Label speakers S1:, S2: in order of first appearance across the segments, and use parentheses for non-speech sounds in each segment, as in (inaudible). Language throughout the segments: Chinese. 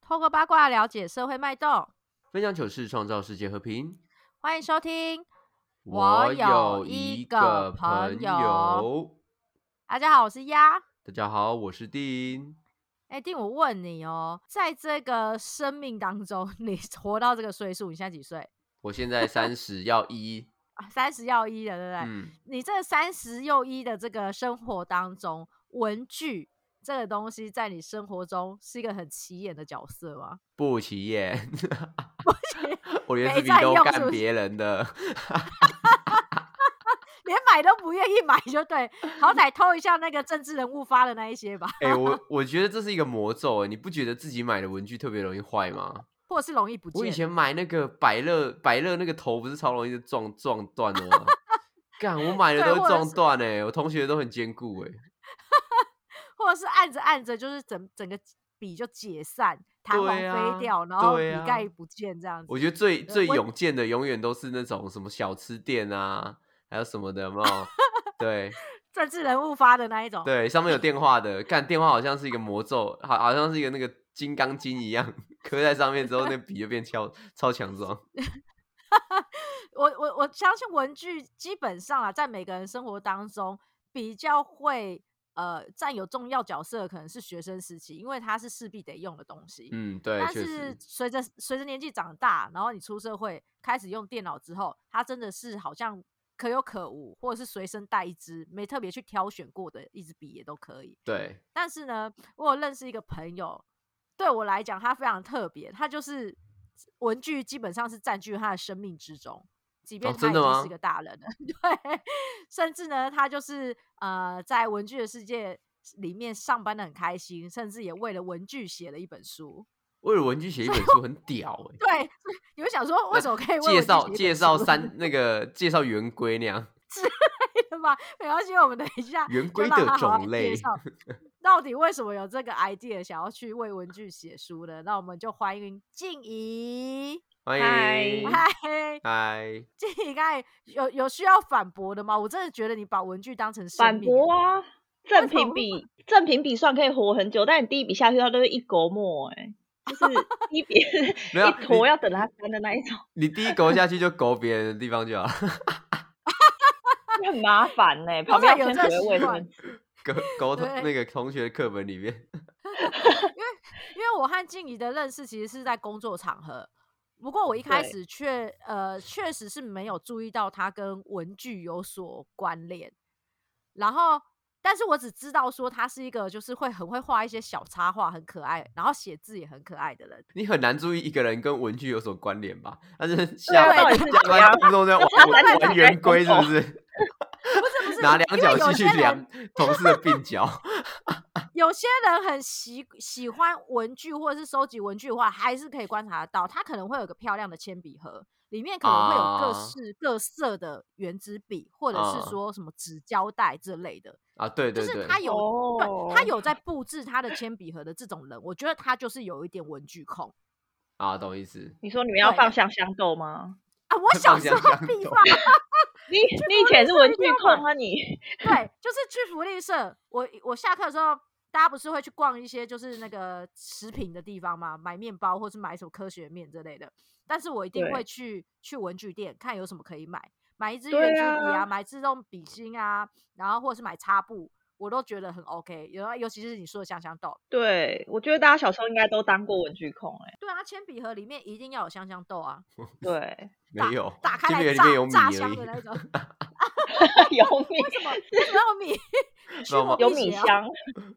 S1: 透过八卦了解社会脉动。
S2: 分享糗事，创造世界和平。
S1: 欢迎收听。我
S2: 我
S1: 有
S2: 有
S1: 一
S2: 一
S1: 个
S2: 个
S1: 朋
S2: 朋
S1: 友
S2: 友，
S1: 大家好，我是鸭。
S2: 大家好，我是丁。
S1: 哎、丁，我问你哦，在这个生命当中，你活到这个岁数，你现在几岁
S2: 我现在三十要一，
S1: 啊？三十要一了， (laughs) 对不对？
S2: 嗯，
S1: 你这三十又一的这个生活当中，文具这个东西在你生活中是一个很起眼的角色吗？ (laughs)
S2: 不起眼，我连
S1: 没
S2: 自己
S1: 在
S2: 都
S1: 用是不
S2: 干
S1: 是
S2: 别人的，
S1: 连买都不愿意买就对，好歹偷一下那个政治人物发的那一些吧，
S2: 哎、我我觉得这是一个魔咒，哎你不觉得自己买的文具特别容易坏吗？
S1: 或者是容易 (laughs) 不
S2: 我以
S1: 见。
S2: 前买那个百乐，百乐那个头不是超容易就撞撞断的
S1: (laughs)
S2: 吗？干，我买的
S1: 对
S2: 都
S1: 或
S2: 会
S1: 者
S2: 撞
S1: 是
S2: 断哎、我同学都很坚固哎、
S1: 或者是按着按着就是整整个笔就解散，弹簧
S2: 对啊
S1: 飞掉，然后
S2: 对
S1: 笔
S2: 啊
S1: 盖不见这样子。
S2: 我觉得最
S1: 对
S2: 最
S1: 我
S2: 勇健的，永远都是那种什么小吃店啊，还有什么的，有
S1: (laughs)
S2: 没有？对
S1: 政治人物发的那一种，
S2: 对，上面有电话的，干电话好像是一个魔咒，好好像是一个那个金刚经一样， (laughs) 刻在上面之后，那笔就变超超强壮。
S1: 我我我相信文具基本上啊，在每个人生活当中比较会呃占有重要角色的，可能是学生时期，因为它是势必得用的东西。
S2: 嗯，对，
S1: 但
S2: 确
S1: 是
S2: 实，
S1: 随着随着年纪长大，然后你出社会开始用电脑之后，它真的是好像可有可无，或者是随身带一支没特别去挑选过的一支笔也都可以。
S2: 对，
S1: 但是呢，我有认识一个朋友，对我来讲他非常特别，他就是文具基本上是占据他的生命之中，即便
S2: 哦
S1: 他
S2: 真
S1: 已
S2: 的
S1: 经是
S2: 吗
S1: 个大人了， (laughs) 对，甚至呢，他就是呃在文具的世界里面上班的很开心，甚至也为了文具写了一本书。 (laughs)
S2: 为了文具写一本书很屌哎、
S1: 对，所以你会想说为什么可以为文
S2: 介
S1: 具
S2: 绍
S1: 写一
S2: 介
S1: 本
S2: 绍
S1: 书 (laughs)
S2: 三那个介绍圆规那样，
S1: 对吧？没关系，我们等一下
S2: 圆
S1: 就
S2: 规
S1: 让
S2: 的
S1: 他好好
S2: 种
S1: 介
S2: 类 (laughs)
S1: 绍到底为什么有这个 idea 想要去为文具写书呢？那我们就欢迎静怡，
S2: 欢
S3: 嗨
S2: 迎
S1: 嗨，
S2: 嗨，
S1: 静怡，刚才有有需要反驳的吗？我真的觉得你把文具当成生
S3: 反
S1: 命
S3: 驳
S1: 了
S3: 啊！
S1: 为
S3: 正
S1: 什么
S3: 品笔，正品笔算可以活很久，但你第一笔下去，它都是一狗沫、哎，就是一笔啊
S2: 没有啊
S3: 一坨要等它干的那一种，
S2: 你第一勾下去就勾别人的地方就好了，
S3: 那很麻烦
S1: (laughs)
S3: 呢、
S1: 通
S3: 旁边
S1: 常
S3: 要
S1: 有
S3: 先
S1: 这
S3: 学
S1: 习
S3: 卫
S1: 惯
S3: 生纸，
S2: (laughs) 勾勾同
S1: 对
S2: 那个同学课本里面。 (laughs)
S1: 因为我和静怡的认识其实是在工作场合，不过我一开
S3: 对
S1: 始确呃确实是没有注意到它跟文具有所关联，然后但是我只知道说他是一个就是会很会画一些小插画，很可爱，然后写字也很可爱的人。
S2: 你很难注意一个人跟文具有所关联吧？但是
S3: 对
S2: 下
S3: 啊，
S2: 班
S3: 到底是
S2: 下
S3: 怎样
S2: 班？互动在玩
S3: 对
S2: 玩
S3: 对
S2: 玩
S3: 对
S2: 圆规，是不
S3: 没错
S1: (laughs)
S2: 是？
S1: 不是不是，
S2: (laughs) 拿量
S1: 因为
S2: 角
S1: 有
S2: 器
S1: 些人
S2: 去量同事的鬓角。
S1: (laughs) 有些人很喜喜欢文具或者是收集文具的话，还是可以观察得到，他可能会有个漂亮的铅笔盒，里面可能会有各
S2: 啊
S1: 式各色的圆珠笔，或者是
S2: 啊
S1: 说什么纸胶带之类的，
S2: 啊，对对
S1: 就
S2: 对
S1: 是，他有、对
S3: 哦
S1: 他有在布置他的铅笔盒的这种人，我觉得他就是有一点文具控
S2: 啊，懂意思。
S3: 你说你们要
S1: 对
S3: 放香香豆吗？
S2: (laughs)
S1: 啊。我小
S2: 放
S1: 时
S2: 香
S1: 候
S2: 香
S1: 必
S2: 豆
S1: 放
S3: 你你以前是文具控啊你？
S1: 对，就是去福利社。我我下课的时候，大家不是会去逛一些就是那个食品的地方嘛，买面包或是买什么科学面之类的。但是我一定
S3: 对
S1: 会去去文具店看有什么可以买，买一支
S3: 对
S1: 圆珠笔啊，
S3: 啊
S1: 买自动笔芯啊，然后或者是买擦布，我都觉得很 OK。尤尤其是你说的香香豆，
S3: 对，我觉得大家小时候应该都当过文具控、哎，
S1: 对啊，铅笔盒里面一定要有香香豆啊， (laughs)
S3: 对，
S2: 没有，
S1: 打开
S2: 铅笔
S1: 来
S2: 盒里面
S1: 炸
S2: 有米
S1: 炸
S2: 而
S1: 香
S2: 已
S1: 的，那
S2: (laughs)
S1: 种。
S3: 有 (laughs)
S1: 为什
S3: 米
S1: 么为什么要米？驱
S2: 道
S1: 魔
S2: 吗
S3: 有
S1: 辟
S3: 米
S1: 邪啊
S3: 香，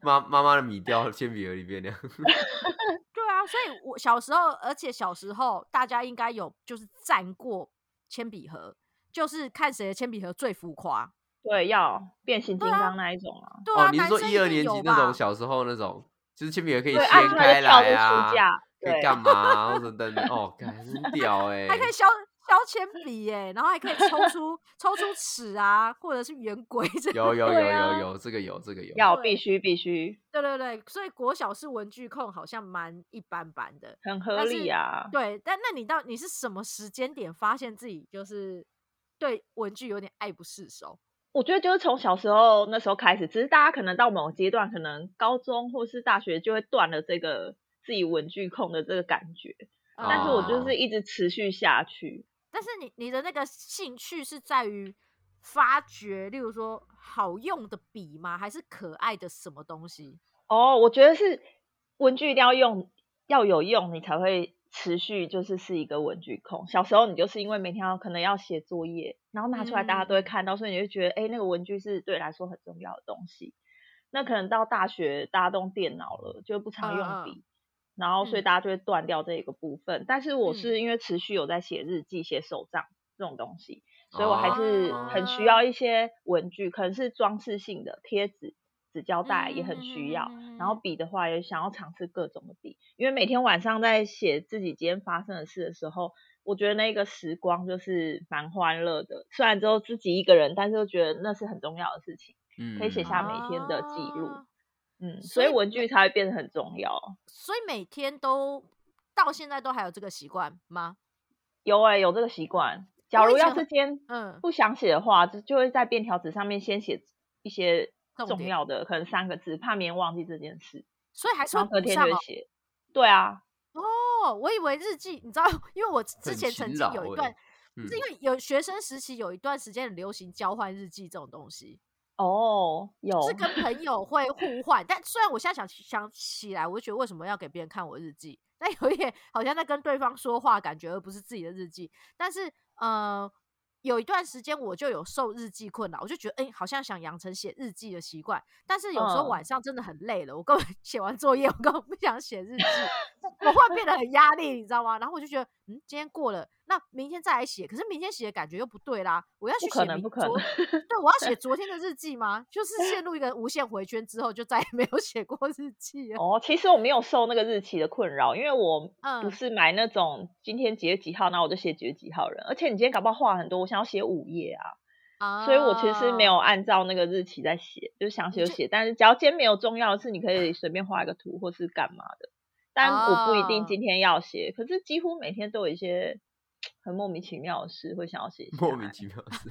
S2: 妈妈妈的米掉铅笔盒里面那样。
S1: 对啊，所以我小时候，而且小时候大家应该有就是站过铅笔盒，就是看谁的铅笔盒最浮夸。
S3: 对，要变形金
S1: 对啊
S3: 刚那一种啊，
S1: 对啊，
S2: 哦，你是
S1: 男
S2: 说
S1: 生
S2: 一二
S1: 定
S2: 年级
S1: 有
S2: 那种
S1: 吧啊
S2: 小时候那种，就是铅
S1: (laughs)
S2: 笔盒可以
S3: 对，按
S2: 掀
S3: 出
S2: 开
S3: 来就跳
S2: 来
S3: 出
S2: 啊
S3: 书，架，
S2: 可以
S3: 对，
S2: 干嘛或者
S1: (laughs)
S2: 等等。哦，干真屌哎，
S1: 还可以削削铅笔耶，然后还可以抽出抽出尺啊，或者是圆规 (laughs) 这。
S2: 欸有有有
S3: 对啊
S2: 有有，这个有这个有。
S3: 要
S1: 对
S3: 必须必须，
S1: 对对对，所以国小是文具控，好像蛮一般般的。
S3: 很合
S1: 但
S3: 理
S1: 是
S3: 啊。
S1: 对，但那你到你是什么时间点发现自己就是对文具有点爱不释手？
S3: 我觉得就是从小时候那时候开始，只是大家可能到某个阶段，可能高中或是大学就会断了这个自己文具控的这个感觉，但是我就
S2: 哦
S3: 是一直持续下去。
S1: 呃但是你你的那个兴趣是在于发掘，例如说好用的笔吗？还是可爱的什么东西？
S3: 哦，我觉得是文具一定要用，要有用，你才会持续就是是一个文具控。小时候你就是因为每天要可能要写作业，然后拿出来大家都会
S1: 嗯
S3: 看到，所以你就觉得哎、诶那个文具是对你来说很重要的东西。那可能到大学大家都用电脑了，就不
S1: 嗯
S3: 常
S1: 嗯
S3: 用笔，然后所以
S1: 嗯
S3: 大家就会断掉这一个部分。但是
S1: 嗯
S3: 我是因为持续有在写日记、写手账这种东西，所以我还是很需
S1: 哦
S3: 要一些文具，可能是装饰性的贴纸、纸胶带也很需要。
S1: 嗯
S3: 然后笔的话，也想要尝试各种的笔，因为每天晚上在写自己今天发生的事的时候，我觉得那个时光就是蛮欢乐的。虽然之后自己一个人，但是又觉得那是很重要的事情，
S2: 嗯
S3: 可以写下每天的记录
S1: 哦
S3: 嗯，
S1: 所
S3: 所
S1: 以
S3: 以文具才会变得很重要。哦
S1: 所以每天都到现在都还有这个习惯吗？
S3: 有哎、有这个习惯。假
S1: 我以
S3: 如要
S1: 前
S3: 是今天
S1: 嗯，
S3: 不想写的话，就就会在便条纸上面先写一些
S1: 重
S3: 重
S1: 点
S3: 要的，可能三个字，怕明天忘记这件事，
S1: 所以还是
S3: 然
S1: 会
S3: 后隔
S1: 补
S3: 天
S1: 上
S3: 就
S1: 哦
S3: 会。写。对啊，
S1: 哦，我以为日记，你知道， (laughs) 因为我之
S2: 很
S1: 前
S2: 勤
S1: 曾经
S2: 劳
S1: 有一
S2: 欸
S1: 段，
S2: 嗯
S1: 是因为有学生时期有一段时间很流行交换日记这种东西，
S3: 哦，有
S1: 是跟朋友会互换。但虽然我现在想起想起来，我就觉得为什么要给别人看我日记？ (laughs) 但有一点好像在跟对方说话，感觉而不是自己的日记。但是呃，有一段时间我就有受日记困扰，我就觉得哎、诶好像想养成写日记的习惯。但是有时候
S3: 嗯
S1: 晚上真的很累了，我根本 (laughs) 写完作业，我根本不想写日记，我会变得很压力，你知道吗？然后我就觉得，嗯，今天过了，那明天再来写。可是明天写的感觉又不对啦，我要去
S3: 不可
S1: 写
S3: 能
S1: 明
S3: 不可
S1: 昨
S3: 能
S1: 对，我要写昨天的日记吗？就是
S3: (laughs)
S1: 陷入一个无限回圈之后，就再也没有写过日记了。
S3: 哦，其实我没有受那个日期的困扰，因为我
S1: 嗯
S3: 不是买那种今天几月几号，然后我就写几月几号人。而且你今天搞不好话很多，我想要写五页啊，所以我其实没有
S1: 啊
S3: 按照那个日期在写，就是想写
S1: 你
S3: 就
S1: 就
S3: 写。但是只要今天没有重要的事，你可以随便画一个图或是干嘛的。但我不一定
S1: 哦
S3: 今天要写，可是几乎每天都有一些很莫名其妙的事会想要写下
S2: 莫名
S3: 来
S2: 其
S3: (laughs)
S2: 妙的事。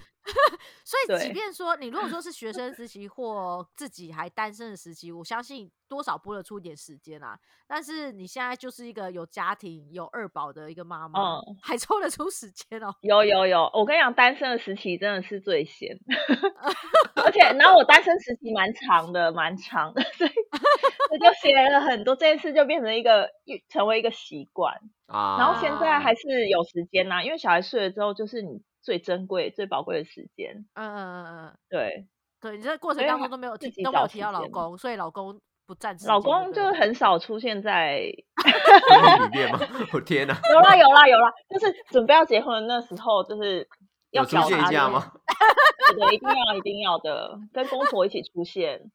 S1: 所以，即
S3: 对
S1: 便说你如果说是学
S3: (laughs)
S1: 生时期或自己还单身的时期，我相信多少拨得出一点时间啊。但是你现在就是一个有家庭、有二宝的一个妈妈，
S3: 嗯
S1: 还抽得出时间哦。
S3: 有有有，我跟你讲，单身的时期真的是
S1: (laughs)
S3: 最闲，而且然后我单身时期蛮长的，蛮长的，
S1: (laughs)
S3: 所以我就写了很多，这件事就变成一个一成为一个习惯。
S2: 啊，
S3: 然后现在还是有时间呐、因为小孩睡了之后，就是你最珍贵、最宝贵的时间。
S1: 嗯嗯嗯嗯嗯，
S3: 对，
S1: 对你这个过程
S3: 所以
S1: 当
S3: 还
S1: 中都没有
S3: 自
S1: 提
S3: 己
S1: 都没有
S3: 找
S1: 提
S3: 时
S1: 到老
S3: 间
S1: 公，所以老公不占时
S3: 老
S1: 间
S3: 公
S1: 对
S3: 就
S1: 了
S3: 很少出现在
S2: 婚礼里面吗？ (laughs) 我天哪，
S3: 有啦有啦有啦，就是准备要结婚的那时候，就是要
S2: 有出
S3: 表
S2: 现一
S3: 达
S2: 下
S3: 的
S2: 吗？
S3: 对的，一定要一定要的，跟公婆一起出现。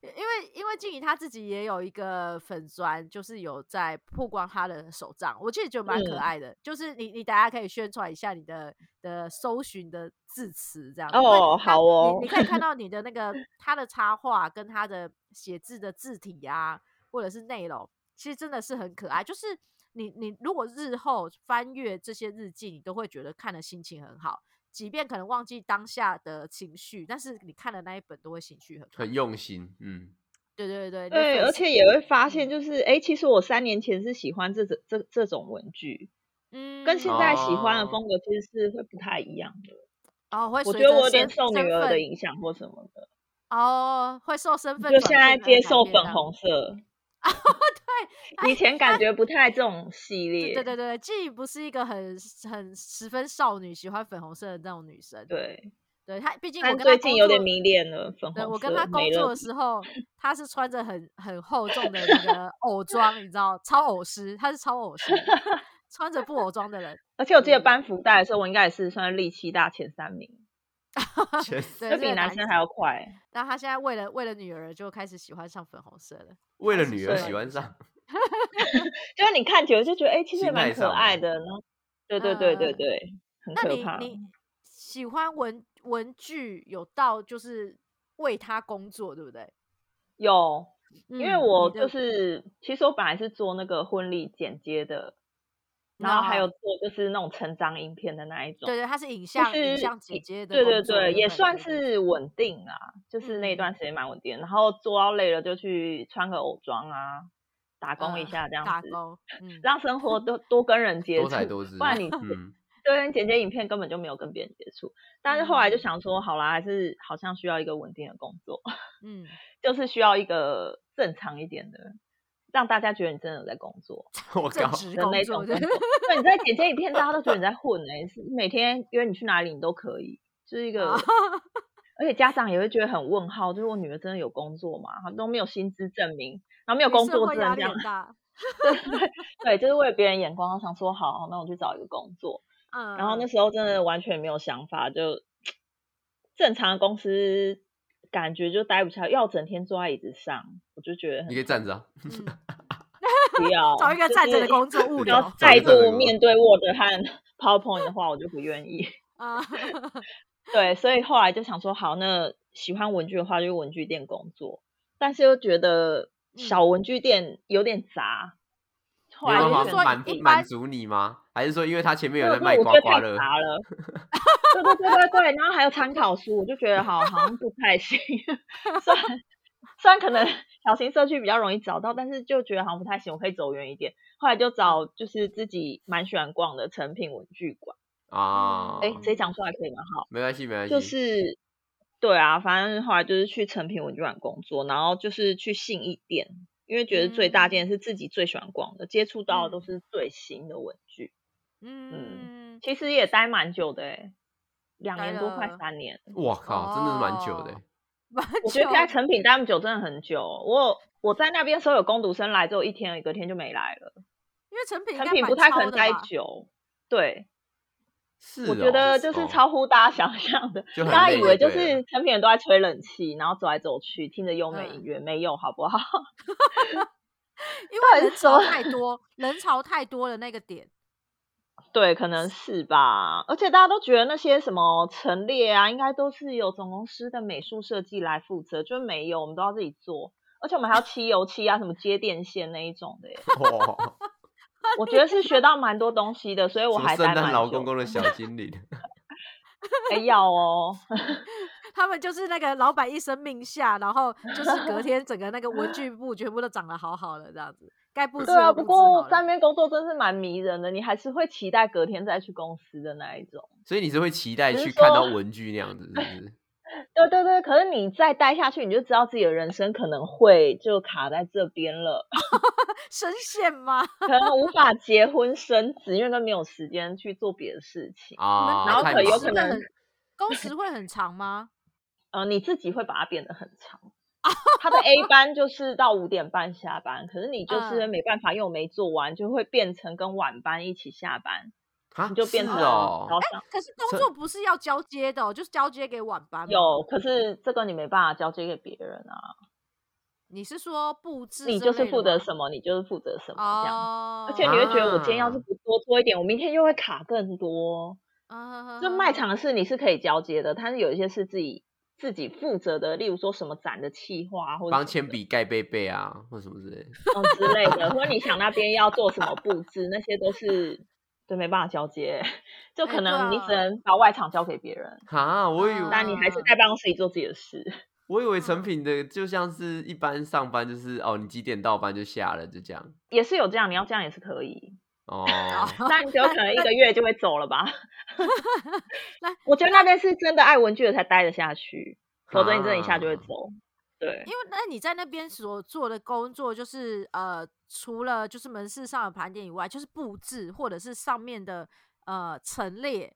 S1: 因为因为静怡她自己也有一个粉砖，就是有在曝光她的手账，我其实觉得蛮可
S3: 嗯
S1: 爱的。就是你你大家可以宣传一下你的的搜寻的字词这样。
S3: 哦
S1: 因为它
S3: 好哦
S1: 你，你可以
S3: (laughs)
S1: 看到你的那个她的插画跟她的写字的字体啊，或者是内容，其实真的是很可爱。就是你你如果日后翻阅这些日记，你都会觉得看的心情很好。即便可能忘记当下的情绪，但是你看的那一本都会情绪很好。
S2: 很用心，
S3: (laughs)
S2: 嗯，
S1: 对对对，你的
S3: 对，
S1: 粉
S3: 而
S1: 丝
S3: 且也会发现，就是哎，诶其实我三年前是喜欢这种这这种文具，
S1: 嗯，
S3: 跟现在喜欢的
S2: 哦
S3: 风格其实是会不太一样的。
S1: 哦会
S3: 我
S1: 随
S3: 觉得
S1: 着
S3: 我有点
S1: 身
S3: 受女
S1: 身
S3: 儿的
S1: 份
S3: 影响或什么的，
S1: 哦，会受身份
S3: 就
S1: 转
S3: 现在
S1: 变而
S3: 接
S1: 改
S3: 受
S1: 变啊
S3: 粉
S1: 到
S3: 红色， (laughs)
S1: 哎
S3: 以前感觉不太这种系
S1: 对
S3: 列。
S1: 对对对，既不是一个很很十分少女喜欢粉红色的那种女生，
S3: 对
S1: 对她毕竟我
S3: 但
S1: 跟她
S3: 最近有
S1: 工
S3: 点
S1: 作
S3: 迷恋了粉
S1: 对
S3: 红
S1: 我跟
S3: 色
S1: 她工
S3: 没
S1: 作
S3: 了
S1: 的时
S3: (laughs)
S1: 候，她是穿着很很厚重的那个偶装，你知道，超偶师，她是超偶
S3: (laughs)
S1: 师，穿着不偶装的人，
S3: 而且我记得
S1: 嗯
S3: 搬福袋的时候，我应该也是算力气大前三名，
S2: 前
S1: 对，
S3: 就
S1: 这
S3: 比
S1: 个
S3: 男生还要快。
S1: 但她现在为了为了女儿就开始喜欢上粉红色了。
S2: 为了
S1: 是
S2: 女
S1: 这
S2: 儿
S1: 样
S2: 喜欢上，
S3: 就是你看久了就觉得，哎，其实
S2: 心
S3: 也
S2: 态
S3: 蛮可
S2: 上吧
S3: 爱的。然后对对对
S1: 嗯
S3: 对
S1: 嗯
S3: 对，很
S1: 那
S3: 可
S1: 你
S3: 怕。
S1: 你喜欢文文具，有到就是为他工作，对不对？
S3: 有，因为
S1: 嗯
S3: 我
S1: 你
S3: 就
S1: 的
S3: 是，其实我本来是做那个婚礼剪接的然后还
S1: 那
S3: 有做就是那种成长影片的那一种，
S1: 对对，它是影
S3: 就
S1: 像影
S3: 是
S1: 像姐
S3: 也
S1: 姐的
S3: 对
S1: 工
S3: 对
S1: 作
S3: 对，
S1: 原
S3: 也
S1: 本
S3: 算
S1: 的工作
S3: 是稳定啦，就是那一段
S1: 嗯
S3: 时间蛮稳定的。然后做到累了就去穿个偶装啊，打工一
S1: 呃
S3: 下这样
S1: 打
S3: 子，
S1: 工，嗯，
S3: 让生活多多跟人接
S2: 多
S3: 触
S2: 才，多姿，
S3: 不然你
S2: 嗯， (laughs)
S3: 对跟剪接影片根本就没有跟别人接触。但是后来就
S1: 嗯
S3: 想说，好啦，还是好像需要一个稳定的工作， (laughs)
S1: 嗯，
S3: 就是需要一个正常一点的，让大家觉得你真的有在工作。
S2: 我
S1: 正
S2: 靠，
S1: 职
S3: 的
S1: 工
S3: 那
S1: 作
S3: 种
S1: 对
S3: 工，作。对，你在剪接
S1: (laughs)
S3: 影片，大家都觉得你在混哎、是每天约你去哪里你都可以，就是一
S1: 哦
S3: 个，而且家长也会觉得很问号，就是我女儿真的有工作吗？她都没有薪资证明，然后没有
S1: 你
S3: 工
S1: 社
S3: 作
S1: 会
S3: 证
S1: 压
S3: 这
S1: 力
S3: 样
S1: 很，大，
S3: 对，就是为了别人眼光，她想说好，好那我去找一个工作。
S1: 嗯，
S3: 然后那时候真的完全没有想法，就正常的公司感觉就待不下，要整天坐在椅子上，我就觉得
S1: (laughs)
S2: 你
S3: 很
S2: 可以站着啊，
S1: 嗯
S3: 不要
S1: 找一个
S3: 就
S1: 站着
S3: 是
S1: 的工作
S3: (laughs)
S1: 物
S2: 对
S1: 流
S3: 要
S2: 找一
S3: 再
S2: 个站着的
S3: 度
S2: 工
S3: 面对 Word 和 (laughs) PowerPoint 的话，我就不愿意。 (laughs)
S1: 啊，
S3: 对，所以后来就想说，好，那喜欢文具的话，就去文具店工作，但是又觉
S1: 嗯
S3: 得小文具店有点杂。后
S2: 没
S3: 来
S2: 有
S1: 你
S2: 办
S1: 是
S3: 选
S1: 说
S2: 法满
S1: 一般
S2: 满足你吗？还是说因为他前面有
S3: 对
S2: 在
S3: 对
S2: 卖
S3: 我
S2: 刮
S3: 觉得
S2: 刮
S3: 太
S2: 乐？(laughs)
S3: 杂了。对对对对对，然后还有参考书，我就觉得好好像不太行。虽然虽然可能小型社区比较容易找到，但是就觉得好像不太行，我可以走远一点。后来就找就是自己蛮喜欢逛的诚品文具馆。
S2: 啊，
S3: 哎，
S1: 嗯
S3: 直接讲出来可以吗？好。
S2: 没关系，没关系，
S3: 就是对啊，反正后来就是去成品文具馆工作，然后就是去信义店，因为觉得最大件是自己最喜欢逛的，接触到的都
S1: 嗯
S3: 是最新的文具。
S1: 嗯，
S3: 其实也待蛮久的、欸，两
S1: 待
S3: 年多快
S1: 了
S3: 三年。
S2: 哇靠，真的是蛮久的
S1: 哦
S2: 欸。
S1: 蛮
S3: 我觉得
S1: 久
S3: 在成品待那么久真的很久。哦我有我在那边的时候有工读生来，只有一天，隔天就没来了。
S1: 因为成品应
S3: 成
S1: 该
S3: 品
S1: 蛮
S3: 不太
S1: 超
S3: 可能
S1: 的
S3: 待
S1: 吧
S3: 久。对，
S2: 是哦，
S3: 我觉得就是
S2: 哦
S3: 超乎大家想象的，
S2: 就很
S3: 大家
S2: 累
S3: 以为
S2: 就
S3: 就
S2: 对了
S3: 是成品人都在吹冷气，然后走来走去，听着优美
S1: 嗯
S3: 音乐，没有好不好？
S1: 因为人
S3: (laughs) 到底是
S1: 潮
S3: 什么
S1: 太多，人潮太多的那个点，
S3: 对，可能是吧。而且大家都觉得那些什么陈列啊，应该都是由总公司的美术设计来负责，就是没有，我们都要自己做。而且我们还要漆油漆啊，什么接电线那一种 (laughs) 的耶。
S2: 哦，
S3: 我觉得是学到蛮多东西的，所以我
S2: 什么
S3: 还
S2: 圣
S3: 待
S2: 诞
S3: 蛮
S2: 老
S3: 久
S2: 公
S3: 的。
S2: 公的小
S3: (laughs)
S2: 精灵，
S3: 哎，要哦，
S1: 他们就是那个老板一声命下，然后就是
S3: (laughs)
S1: 隔天整个那个文具部全部都长得好好的这样子，该布置
S3: 对啊。
S1: 我
S3: (laughs) 不
S1: 布置
S3: 过
S1: 好
S3: 在
S1: 了
S3: 那边工作真是蛮迷人的，你还是会期待隔天再去公司的那一种。
S2: 所以你是会期待
S3: 只是
S2: 去看到
S3: 说
S2: 文具那样子，是不
S3: (laughs)
S2: 是？
S3: 对对对，可是你再待下去，你就知道自己的人生可能会就卡在这边了，
S1: 声线吗？
S3: (laughs) 可能无法结婚生子，因为都没有时间去做别的事情。
S2: 啊，
S3: 然后
S2: 太
S3: 可
S2: 忙
S3: 有
S1: 工时
S2: 了
S3: 可
S1: 会
S3: 能
S1: 很工时会很长吗？
S3: 呃，你自己会把它变得很长。他的 A 班就是到五点半下班，可是你就是
S1: 嗯
S3: 没办法，因为我没做完，就会变成跟晚班一起下班，
S2: 啊
S3: 你就是变成
S2: 哦
S3: 早，上
S1: 可是工
S2: 这
S1: 作不是要交接的、哦，就是交接给晚班吗
S3: 有，可是这个你没办法交接给别人啊，
S1: 你是说布置
S3: 你
S1: 这
S3: 就是
S1: 类的
S3: 负责
S1: 吗
S3: 什么，你就是负责什么这样。
S1: 哦，
S3: 而且你会觉得我今天要是
S2: 啊
S3: 不多做一点，我明天又会卡更多。
S1: 啊
S3: 就卖场的事你是可以交接的，但是有一些是自己自己负责的，例如说什么展的企划啊或者
S2: 帮
S3: 什么
S2: 铅笔盖贝贝啊，或什么之类的。 (laughs)
S3: 的嗯之类的，或者你想那边要做什么布置，那些都是对没办法交接，就
S1: 哎
S3: 可能
S1: 对
S3: 你
S1: 啊嗯
S3: 只能把外场交给别人，
S2: 啊，我以为
S3: 但你还是在办公室里做自己的事。
S2: 我以为
S3: 嗯
S2: 成品的就像是一般上班，就是哦，你几点到班就下了，就这样。
S3: 也是有这样，你要这样也是
S1: (laughs)
S3: 可以，
S2: 哦，
S3: 那你就可能一个月就会走了吧
S1: 那。
S3: 我觉得那边是真的爱文具的才待得下去，否则你真的一下就会
S2: 啊
S3: 走。对
S1: 因，为那你在那边所做的工作，就是呃，除了就是门市上的盘点以外，就是布置或者是上面的呃陈列，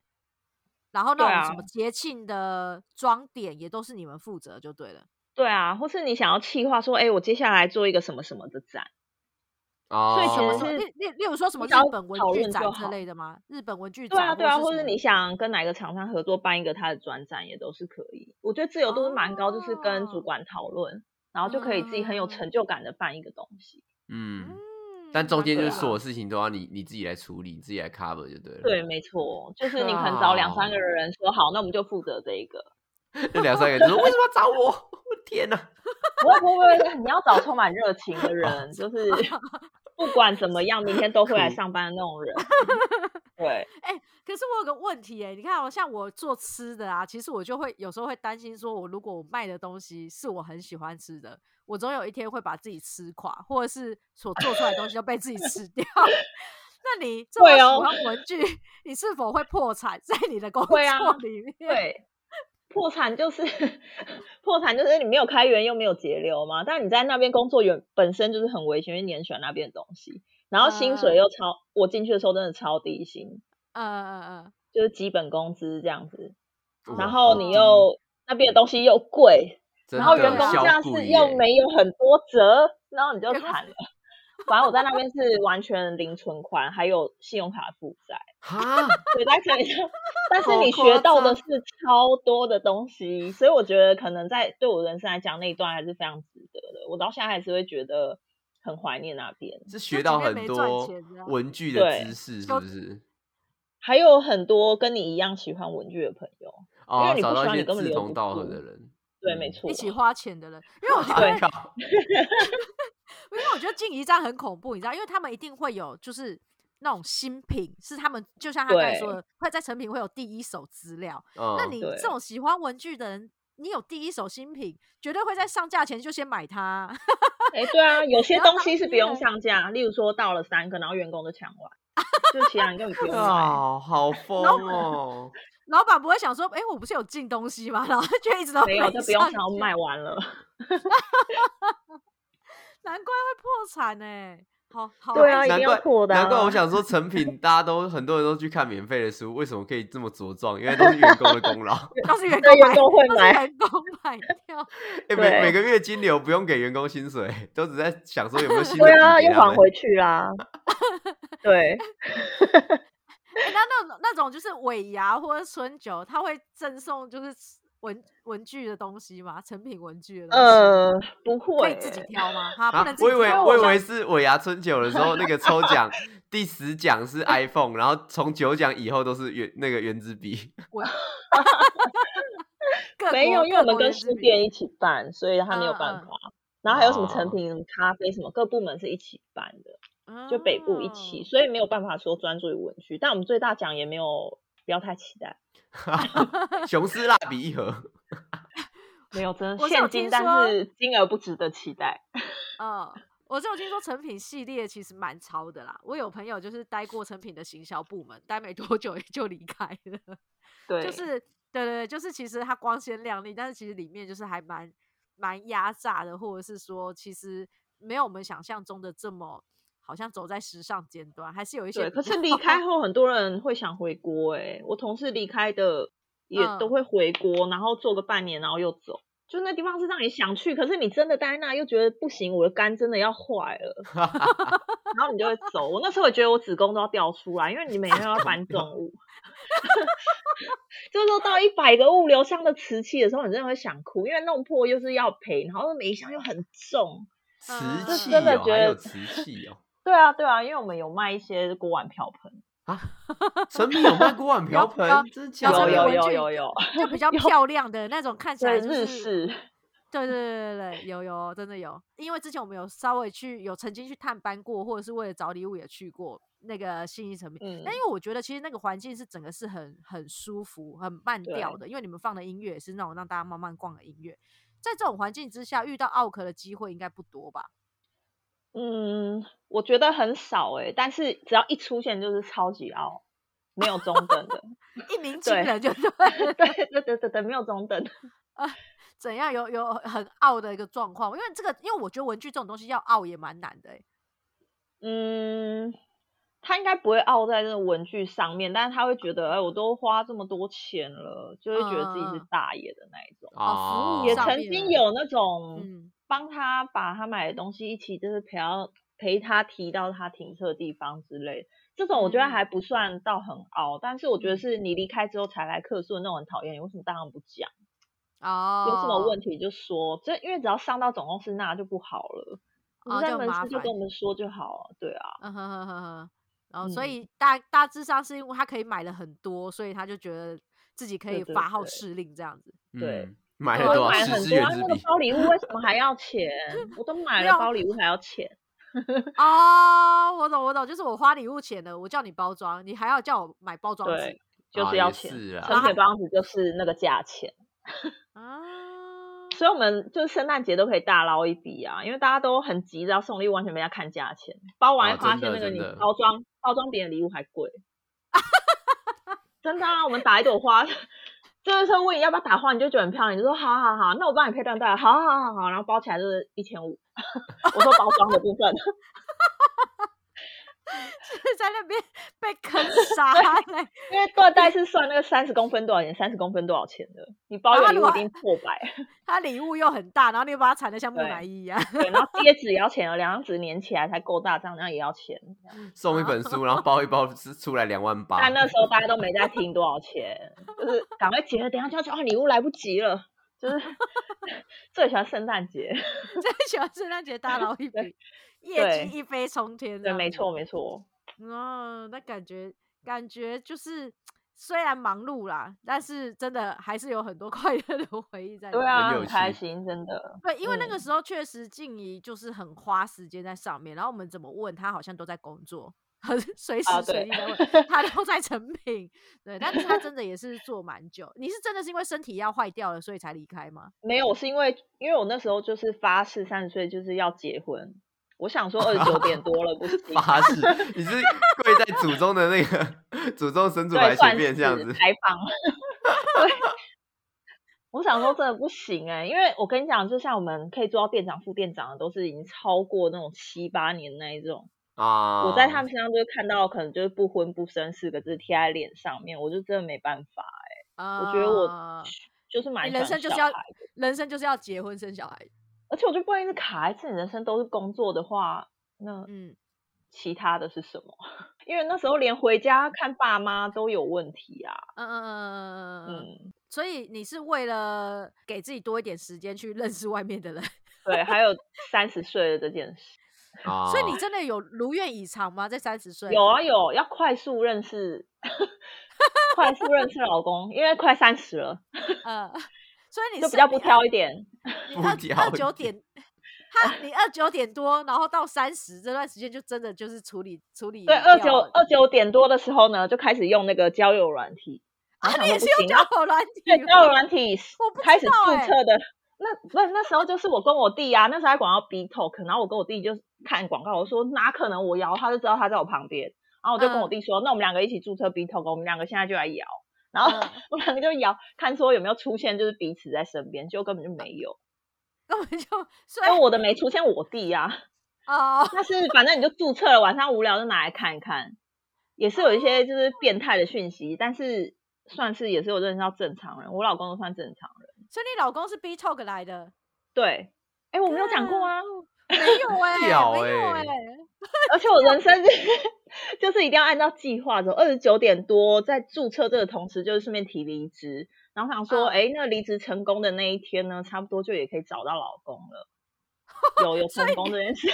S1: 然后那
S3: 对
S1: 种什
S3: 啊
S1: 么节庆的装点也都是你们负责就对了。
S3: 对啊，或是你想要企划说，哎、我接下来做一个什么什么的展，
S2: 哦，
S3: 所以
S1: 什么
S3: 其
S1: 什
S3: 实
S1: 么
S3: 是
S1: 例例例如说什么
S3: 你
S1: 日
S3: 只要
S1: 本文
S3: 啊讨
S1: 具
S3: 论
S1: 展
S3: 就
S1: 之
S3: 好
S1: 类的吗？日本文具
S3: 对
S1: 展
S3: 啊对啊，或
S1: 是
S3: 是你想跟哪个厂商合作办一个他的专展，也都是可以。我觉得自由度是蛮高，就是跟
S1: 哦
S3: 主管讨论，然后就可以自己很有成就感的办一个东西。
S2: 嗯，
S1: 嗯，
S2: 但中间就
S3: 对
S2: 是
S3: 啊
S2: 所有事情都要你你自己来处理，你自己来 cover 就对了。
S3: 对，没错，就是啊你可能找两三个人说好，那我们就负责这一个。
S2: 那 (laughs) 两三个人就说为什么要找我？ (laughs) 我的天哪！
S3: 哦 (laughs) 不会不会不会，你要找充满热情的人，就是不不管怎么样，明天都会来
S2: 苦
S3: 上班的那 (laughs) 种人。对，
S1: 哎、可是我有个问题哎、你看哦，像我做吃的啊，其实我就会有时候会担心，说我如果我卖的东西是我很喜欢吃的，我总有一天会把自己吃垮，或者是所做出来的东西都被自己吃
S3: (laughs)
S1: 掉。那你这么
S3: 会
S1: 喜
S3: 哦
S1: 欢文
S3: (laughs)
S1: 具，你是否会破产在你的工
S3: 会啊
S1: 作里面？
S3: 对， (laughs) 破产就是 (laughs) 破产，就是你没有开源又没有节流嘛。但你在那边工作原本身就是很危险，因为你很喜欢那边的东西，然后薪水
S1: 嗯
S3: 又超，我进去的时候真的超低薪，
S1: 呃呃
S3: 就是基本工资这样子，
S1: 嗯
S3: 然
S2: 哇
S3: 后
S2: 好
S3: 你
S2: 低
S3: 又那边的东西又贵，
S2: 真
S3: 然后
S2: 的
S3: 员工
S2: 小
S3: 这样
S2: 股
S3: 是
S2: 耶
S3: 又没有很多折，然后你就
S1: 员工
S3: 惨了。 (laughs) 反正我在那边是完全零存款，还有信用卡负债，
S2: 哈，
S3: 对，但是你就但是
S2: 好
S3: 你
S2: 夸
S3: 学到的
S2: 张
S3: 是超多的东西，所以我觉得可能在对我人生来讲那一段还是非常值得的。我到现在还是会觉得很怀念那边，
S2: 是
S1: 就
S2: 学
S1: 即
S2: 到
S1: 便
S2: 很
S1: 没赚
S2: 多
S1: 钱这样
S2: 文具的
S3: 对
S2: 知识，是
S1: 就
S2: 不是？
S3: 还有很多跟你一样喜欢文具的朋友，
S2: 哦，
S3: 你
S2: 找
S3: 不
S2: 到
S3: 喜
S2: 一
S3: 欢
S2: 些
S3: 你根本
S2: 志
S3: 留
S2: 同
S3: 不
S2: 道合
S3: 住
S2: 的人，啊
S3: 对，啊没
S2: 嗯
S3: 错，
S1: 一起花钱的人，因为我
S3: (laughs)
S1: 觉得，
S3: 对
S1: 因为我觉得进一站很恐怖，你知道，因为他们一定会有就是那种新品，是他们就像他刚才说
S3: 对
S1: 的，会在成品会有第一手资料，
S2: 嗯，
S1: 那你这
S3: 对
S1: 种喜欢文具的人，你有第一手新品，绝对会在上架前就先买它。 (laughs)
S3: 哎，对啊，有些
S1: 然后
S3: 东
S1: 当
S3: 西是
S1: 地
S3: 不用
S1: 人
S3: 上架，例如说到了三个，然后员工就抢完，就其他人根本不用买。
S2: 啊，好
S3: (laughs)
S2: 疯哦！
S1: 老板不会想说，哎、我不是有进东西吗？然后就一直都 (laughs)
S3: 没有，就不用
S1: 上
S3: 想要
S1: 去
S3: 卖完了。
S1: 难怪会破产呢、好好
S3: (laughs) 对啊
S1: 好
S3: 一
S2: 难
S3: 定要
S2: 怪
S3: 破的
S2: 难怪
S3: 啊
S2: 我想说，
S3: (laughs)
S2: 成品大家都很多人都去看免费的书，为什么可以这么茁壮？因为都是员工的功
S3: (laughs)
S2: 劳，
S1: 都是员
S3: 对
S1: 工买，
S3: 员工会
S1: 都是
S3: 买
S1: 员工买掉。
S2: 哎，每每个
S3: 对
S2: 月金流不用给员工薪水，都只在想说有没有新的
S3: 对啊，
S2: 笔给
S3: 又
S2: 他
S3: 还
S2: 们
S3: 回去啦。对，
S1: 哎那那种那种就是尾牙或者春酒，他会赠送就是文文具的东西吗？成品文具的东西。
S3: 呃，不
S1: 可
S3: 会欸
S1: 以自己挑吗？哈，不
S2: 啊
S1: 能！自
S2: 我
S1: 己
S2: 以为
S1: 挑
S2: 我以
S1: 像
S2: 为是尾牙春酒的时候，那个抽奖第十奖是 iPhone，然后从九奖以后都是原那个原子笔。
S1: 我各
S3: 没有，
S1: 国
S3: 因为我
S1: 各
S3: 们
S1: 国
S3: 跟
S1: 原子
S3: 书
S1: 笔
S3: 店一起办，所以他没有
S1: 嗯
S3: 办
S1: 嗯
S3: 法。然后还有什么
S2: 哦
S3: 成品、什么咖啡什么，各部门是一起办的，就北部一
S1: 嗯
S3: 起，所以没有办法说专注于文具。但我们最大奖也没有，不要太期待。
S2: 雄狮蜡笔一盒，
S3: 没有，真
S1: 我
S3: 的
S1: 是有
S3: 现金
S1: 听，说
S3: 但是金额不值得期待。
S1: 哦。嗯，我只有听说成品系列其实蛮超的啦。我有朋友就是待过成品的行销部门，待没多久也就离开了。
S3: 对，
S1: 就是对对对，就是其实它光鲜亮丽，但是其实里面就是还蛮蛮压榨的，或者是说其实没有我们想象中的这么好像走在时尚尖端，还是有一些
S3: 对，
S1: 比
S3: 可是
S1: 较
S3: 离开后很多人会想回国、欸，我同事离开的也
S1: 嗯
S3: 都会回国，然后做个半年，然后又走。就那地方是让你想去，可是你真的待那又觉得不行，我的肝真的要坏 (laughs) 了，然后你就会走。我那时候也觉得我子宫都要掉出来，因为你每 (laughs) 天要搬重物，就是说到一百个物流箱的瓷器的时候，你真的会想哭，因为弄破又是要赔，然后每一箱又很重。
S2: 瓷
S1: 嗯
S2: 器
S3: 真的
S2: 哦，
S3: 觉
S2: 还有
S3: 得
S2: 瓷器
S3: (laughs)
S2: 哦。
S3: 对啊，对啊，因为我们有卖一些锅碗瓢盆，
S2: 成品有卖锅碗瓢盆
S1: 有，
S2: 真的假
S1: 有
S2: 的？
S1: 有
S3: 有
S1: 文
S3: 有
S1: 具
S3: 有有，
S1: (laughs) 就比较漂亮的那种，看起
S3: 对
S1: 来就是
S3: 日式。
S1: 对对对对对，有有真的有，因为之前我们有稍微去有曾经去探班过，或者是为了找礼物也去过那个信义成品。
S3: 嗯
S1: 但因为我觉得其实那个环境是整个是很很舒服、很慢
S3: 对
S1: 调的，因为你们放的音乐也是那种让大家慢慢逛的音乐。在这种环境之下，遇到奥克的机会应该不多吧？
S3: 嗯，我觉得很少哎、但是只要一出现就是超级傲，没有中等的， (laughs)
S1: 一鸣惊
S3: 对
S1: 人就 (laughs) 对了，
S3: 对对对对对，没有中等的，
S1: 怎样有有很傲的一个状况？因为这个，因为我觉得文具这种东西要傲也蛮难的、欸。
S3: 嗯，他应该不会傲在这个文具上面，但是他会觉得，哎，我都花这么多钱了，就会觉得自己
S1: 嗯嗯
S3: 是
S1: 嗯
S3: 大爷的那一种。
S1: 哦服务
S2: 哦
S3: 啊也
S1: 上
S3: 曾
S1: 面
S3: 经
S1: 啊
S3: 有那种
S1: 嗯，
S3: 帮他把他买的东西一起，就是陪到陪他提到他停车的地方之类的。这种我觉得
S1: 嗯
S3: 还不算到很凹，但是我觉
S1: 嗯
S3: 得是你离开之后才来客诉的那种很讨厌。你为什么当然不讲？
S1: 哦，
S3: 有什么问题就说，这因为只要上到总公司那就不好了。
S1: 哦
S3: 你在
S1: 就
S3: 门
S1: 麻
S3: 市就
S1: 烦
S3: 跟我们说就好，对啊，
S1: 嗯哼哼哼哼，然后所
S3: 嗯
S1: 以大大致上是因为他可以买了很多，所以他就觉得自己可
S3: 对
S1: 以
S3: 对
S1: 发号
S3: 对
S1: 施令这样子。
S3: 对
S2: 嗯，买
S1: 对
S2: 了
S3: 我
S2: 多少？
S3: 都买了
S2: 十
S3: 很
S2: 支
S3: 多
S2: 原
S3: 啊，
S2: 子
S3: 那个
S2: 笔，
S3: 包礼物为什么还要钱？我都买
S1: 没有
S3: 了包礼物还要钱，
S1: 哦，我懂我懂，就是我花礼物钱了，我叫你包装，你还要叫我买包装纸
S3: 对，就
S2: 啊
S3: 是
S2: 也
S3: 要钱，
S2: 是啊
S3: 成品包子就是那个价钱。
S1: 啊？
S3: 所以我们就是圣诞节都可以大捞一笔啊，因为大家都很急着要送礼物，完全没在看价钱。包完
S2: 哦
S3: 发
S2: 真
S3: 现
S2: 的
S3: 那个
S2: 真
S3: 你
S2: 的
S3: 包装包装别人礼物还
S2: (laughs)
S3: 贵，真的啊！我们打一朵花， (laughs) 就是说问你要不要打花，你就觉得很漂亮，你就说好好好，那我帮你配缎带，好好好好，然后包起来就是一千五。 (laughs) 我说包装的部
S2: (laughs)
S3: 分，
S1: (laughs) 在那
S3: (laughs)
S1: 边被坑杀嘞，
S3: 因为缎带是算那个三十公分多少钱，三十公分多少钱的，你包一
S1: 然后
S3: 个
S1: 如
S3: 礼物
S1: 果
S3: 一定破百。
S2: 啊
S1: 他礼物又很大，然后你又把它缠得像木乃伊一样， (laughs)
S3: 对，然后贴纸也要钱哦，两张纸粘起来才够大张，那也要钱。
S2: 送一本书，然后包一包是出来两万八，
S3: 但那时候大家都没在听多少钱，就是赶快结了，等一下就要去哦，礼物来不及了。就是 (laughs) 最喜欢圣诞节，
S1: 最喜欢圣诞节大捞一笔
S3: 对，
S1: 业
S3: 对
S1: 绩一飞冲天。啊嗯
S3: 对，没。错没错，
S1: 哦，那感觉感觉就是虽然忙碌啦，但是真的还是有很多 (laughs) 快乐的回忆在里面。
S3: 对啊，
S2: 很有
S3: 很开
S2: 趣，
S3: 心，真的。
S1: 对，因为那个
S3: 嗯
S1: 时候确实静怡就是很花时间在上面，然后我们怎么问她，好像都在工作，很随时
S3: 啊
S1: 随
S3: 对
S1: 地在问，她都在成品。对，但是她真的也是做蛮久。你是真的是因为身体要坏掉了，所以才离开吗？
S3: 没有，是因为因为我那时候就是发誓三十岁就是要结婚，我想说二十九点多了不行
S2: (laughs) 发誓，你是跪在祖宗的那个祖
S3: (laughs)
S2: 宗神主牌前
S3: 对，算
S2: 面
S3: 是
S2: 这样子，
S3: 开放。对，我想说真的不行哎、因为我跟你讲，就像我们可以做到店长、副店长的，都是已经超过那种七八年那一种。
S2: 啊！
S3: 我在他们身上就会看到，可能就是不婚不生四个字贴在脸上面，我就真的没办法欸、
S1: 啊，
S3: 我觉得我就是蛮
S1: 你人
S3: 喜
S1: 生
S3: 欢
S1: 就是
S3: 小
S1: 要
S3: 孩的
S1: 人生就是要结婚生小孩。
S3: 而且我就不能一直卡在自己人生都是工作的话，那
S1: 嗯，
S3: 其他的是什么？ (laughs) 因为那时候连回家看爸妈都有问题啊。
S1: 嗯嗯嗯嗯嗯嗯嗯。
S3: 嗯，
S1: 所以你是为了给自己多一点时间去认识外面的人， (laughs)
S3: 对，还有三十岁的这件事。
S2: 啊，
S1: 所以你真的有如愿以偿吗？在三十岁
S3: 有啊有，要快速认识，快速认识老公，因为快三十
S1: (laughs)
S3: 了，
S1: 呃，所以你
S3: 就比
S1: 是
S3: 较不
S1: 你
S3: 挑一点。
S1: 你
S2: 不
S1: 二
S2: 挑
S1: 二
S2: 一
S1: 九
S2: 点
S1: 点，他你二九点多，然后到三十这段时间就真的就是处理处理
S3: 对，
S1: 掉
S3: 二九
S1: 了
S3: 二九点多的时候呢，就开始用那个交友软体，
S1: 啊，
S3: 然后
S1: 你也
S3: 想
S1: 是
S3: 说
S1: 用
S3: 不
S1: 交友
S3: 行啊
S1: 软体哦
S3: 对，
S1: 吗，
S3: 交友软体
S1: 我不知
S3: 开始
S1: 道
S3: 注
S1: 欸
S3: 册的。那不是那时候就是我跟我弟啊，那时候还广告 B Talk，然后我跟我弟就看广告，我说哪可能我摇，他就知道他在我旁边，然后我就跟我
S1: 嗯
S3: 弟说，那我们两个一起注册 B Talk，我们两个现在就来摇，然后
S1: 嗯
S3: (laughs) 我们两个就摇，看说有没有出现就是彼此在身边，结果根本就没有，
S1: 根本就所
S3: 因为
S1: 以
S3: 我的没出现我弟啊，
S1: 哦，
S3: 但是反正你就注册了，晚上无聊就拿来看一看，也是有一些就是变态的讯息，但是算是也是有认识到正常人，我老公都算正常人。
S1: 所以你老公是 B Talk 来的，
S3: 对，哎，我没有讲过啊，
S1: 没
S3: (laughs)
S1: 有哎，没
S2: 屌
S1: 有
S2: 欸
S1: 哎，
S3: 而且我人生就是 (laughs) 就是一定要按照计划走，二十九点多在注册这个同时，就是顺便提离职，然后想说，
S1: 嗯
S3: 哎、那离职成功的那一天呢，差不多就也可以找到老公了。有有成功这
S1: (laughs)
S3: 件事，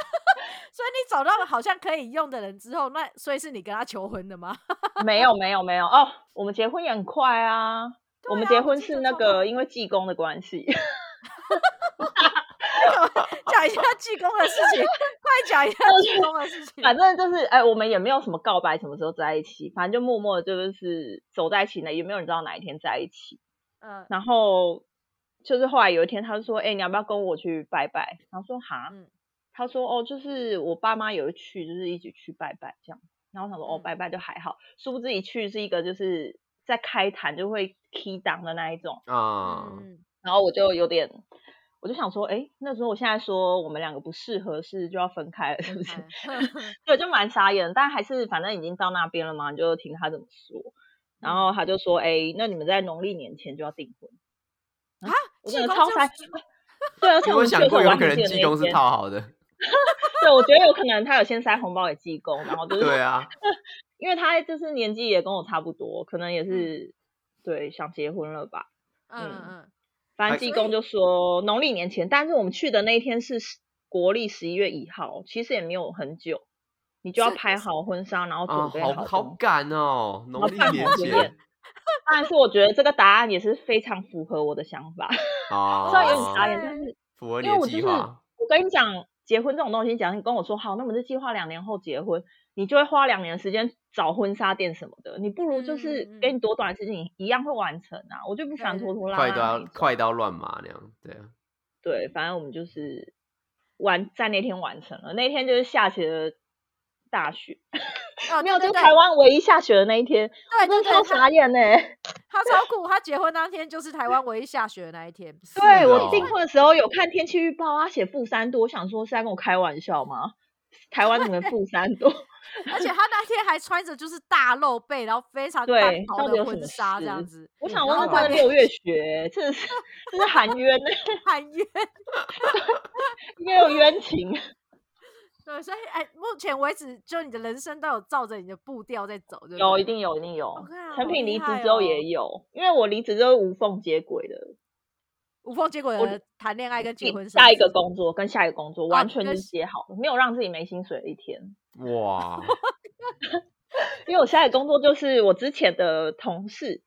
S1: 所以你找到了好像可以用的人之后，那所以是你跟他求婚的吗？ (laughs)
S3: 没有没有没有哦，我们结婚也很快啊。我们
S1: 对啊
S3: 结
S1: 我
S3: 婚
S1: 记
S3: 是
S1: 得
S3: 那
S1: 超
S3: 个因为济公的关系，
S1: (laughs) 讲一下济公的事
S3: (laughs)
S1: 情，快讲一下济公的事情。
S3: 哦反正就是哎、我们也没有什么告白，什么时候在一起，反正就默默的就是走在一起呢，也没有人知道哪一天在一起。
S1: 嗯
S3: 然后就是后来有一天，他就说：“哎、你要不要跟我去拜拜？”然后说：“哈。
S1: 嗯
S3: 他说：“哦，就是我爸妈有一去，就是一起去拜拜这样。”然后我想说：“哦，
S1: 嗯
S3: 拜拜就还好。”殊不知一去是一个就是在开坛就会 key 档的那一种。
S2: 啊，
S1: 嗯
S3: 然后我就有点，我就想说：“哎，那时候我现在说我们两个不适合，是就要分开了，是不
S1: 嗯，
S3: 是？”
S1: 嗯
S3: 对，就蛮傻眼，但还是反正已经到那边了嘛，你就听他怎么说。然后他就说：“哎、那你们在农历年前就要订婚。”
S1: 啊，
S3: (laughs) 我
S1: 济
S3: 真的
S1: 公
S3: 超
S1: 这
S3: 傻
S1: 样
S3: 眼。对，而且
S2: 有
S3: 我
S2: 没有
S3: 们去
S2: 想
S3: 的时候
S2: 过
S3: 我
S2: 有
S3: 完
S2: 可
S3: 全
S2: 能
S3: 记得
S2: 济
S3: 那一
S2: 公是
S3: 天
S2: 套好
S3: (laughs)
S2: 的？
S3: 对，我觉得有可能他有先塞红包给济公，然后就是
S2: 对
S3: (laughs)
S2: 啊，
S3: 因为他就是年纪也跟我差不多，可能也是、对想结婚了吧。
S1: 嗯嗯
S3: 嗯
S1: 嗯，
S3: 反
S2: 还
S3: 正济
S1: 所以
S3: 公就说农历年前，但是我们去的那一天是十国历十一月一号，其实也没有很久，你就要
S1: 是
S3: 拍好婚纱，然后
S2: 啊，
S3: 准备
S2: 好
S3: 好
S2: 好
S3: 东西
S2: 赶哦，农历
S3: 办
S2: 年
S3: 好婚
S2: 前
S3: 宴但是我觉得这个答案也是非常符合我的想法， (laughs)
S2: 啊，
S3: 虽然有点傻眼，
S1: 嗯对
S3: 但是
S2: 符合你
S3: 因为
S2: 的
S3: 我
S2: 计
S3: 就是
S2: 划
S3: 我跟你讲，结婚这种东西，假如你跟我说好，那我们就计划两年后结婚，你就会花两年时间找婚纱店什么的，你不如就
S1: 嗯
S3: 是
S1: 嗯嗯
S3: 给你多短的事情，你一样会完成啊。我就不喜欢
S1: 对
S3: 拖拖拉
S2: 快
S3: 拉那
S2: 刀
S1: 嗯
S3: 一种。
S2: 快刀乱麻那样，对啊，
S3: 对，反正我们就是完在那天完成了，那天就是下起了大雪，
S1: 哦，
S3: (laughs) 没有，
S1: 对
S3: 就
S1: 对
S3: 是台湾唯一下雪的那一天，
S1: 对
S3: 真
S1: 对
S3: 的超
S1: 对，他
S3: 傻眼欸呢、
S1: 他超酷，他结婚当天就是台湾唯一下雪的那一天。
S3: 对啊
S2: 的
S3: 我
S2: 哦
S3: 订婚的时候有看天气预报，他写负三度，我想说是在跟我开玩笑吗？台湾怎么能负三度？
S1: 而且他那天还穿着就是大露背，然后非常
S3: 对
S1: 单薄
S3: 到底有
S1: 的
S3: 什
S1: 婚
S3: 么
S1: 纱这样
S3: 事
S1: 子，
S3: 我想
S1: 然
S3: 问，
S1: 后
S3: 那真
S1: 外
S3: 的
S1: 面
S3: 六月雪欸、这是这是含冤呢、
S1: 喊冤。
S3: 没有冤情。
S1: 对，所以哎，目前为止，就你的人生都有照着你的步调在走，对不
S3: 有，
S1: 对
S3: 一定有，一定有
S1: 看啊。好
S3: 成品
S1: 厉
S3: 离职
S1: 害
S3: 之后
S1: 哦
S3: 也有，因为我离职之后无缝接轨的，
S1: 无缝接轨
S3: 我
S1: 的谈恋爱跟结
S3: 一
S1: 婚生
S3: 下一个
S1: 子
S3: 工作跟下一个工作
S1: 哦
S3: 完全就
S1: 跟
S3: 是接好了，没有让自己没薪水的一天。 (laughs)
S2: 哇，
S3: 因为我下一个工作就是我之前的同事，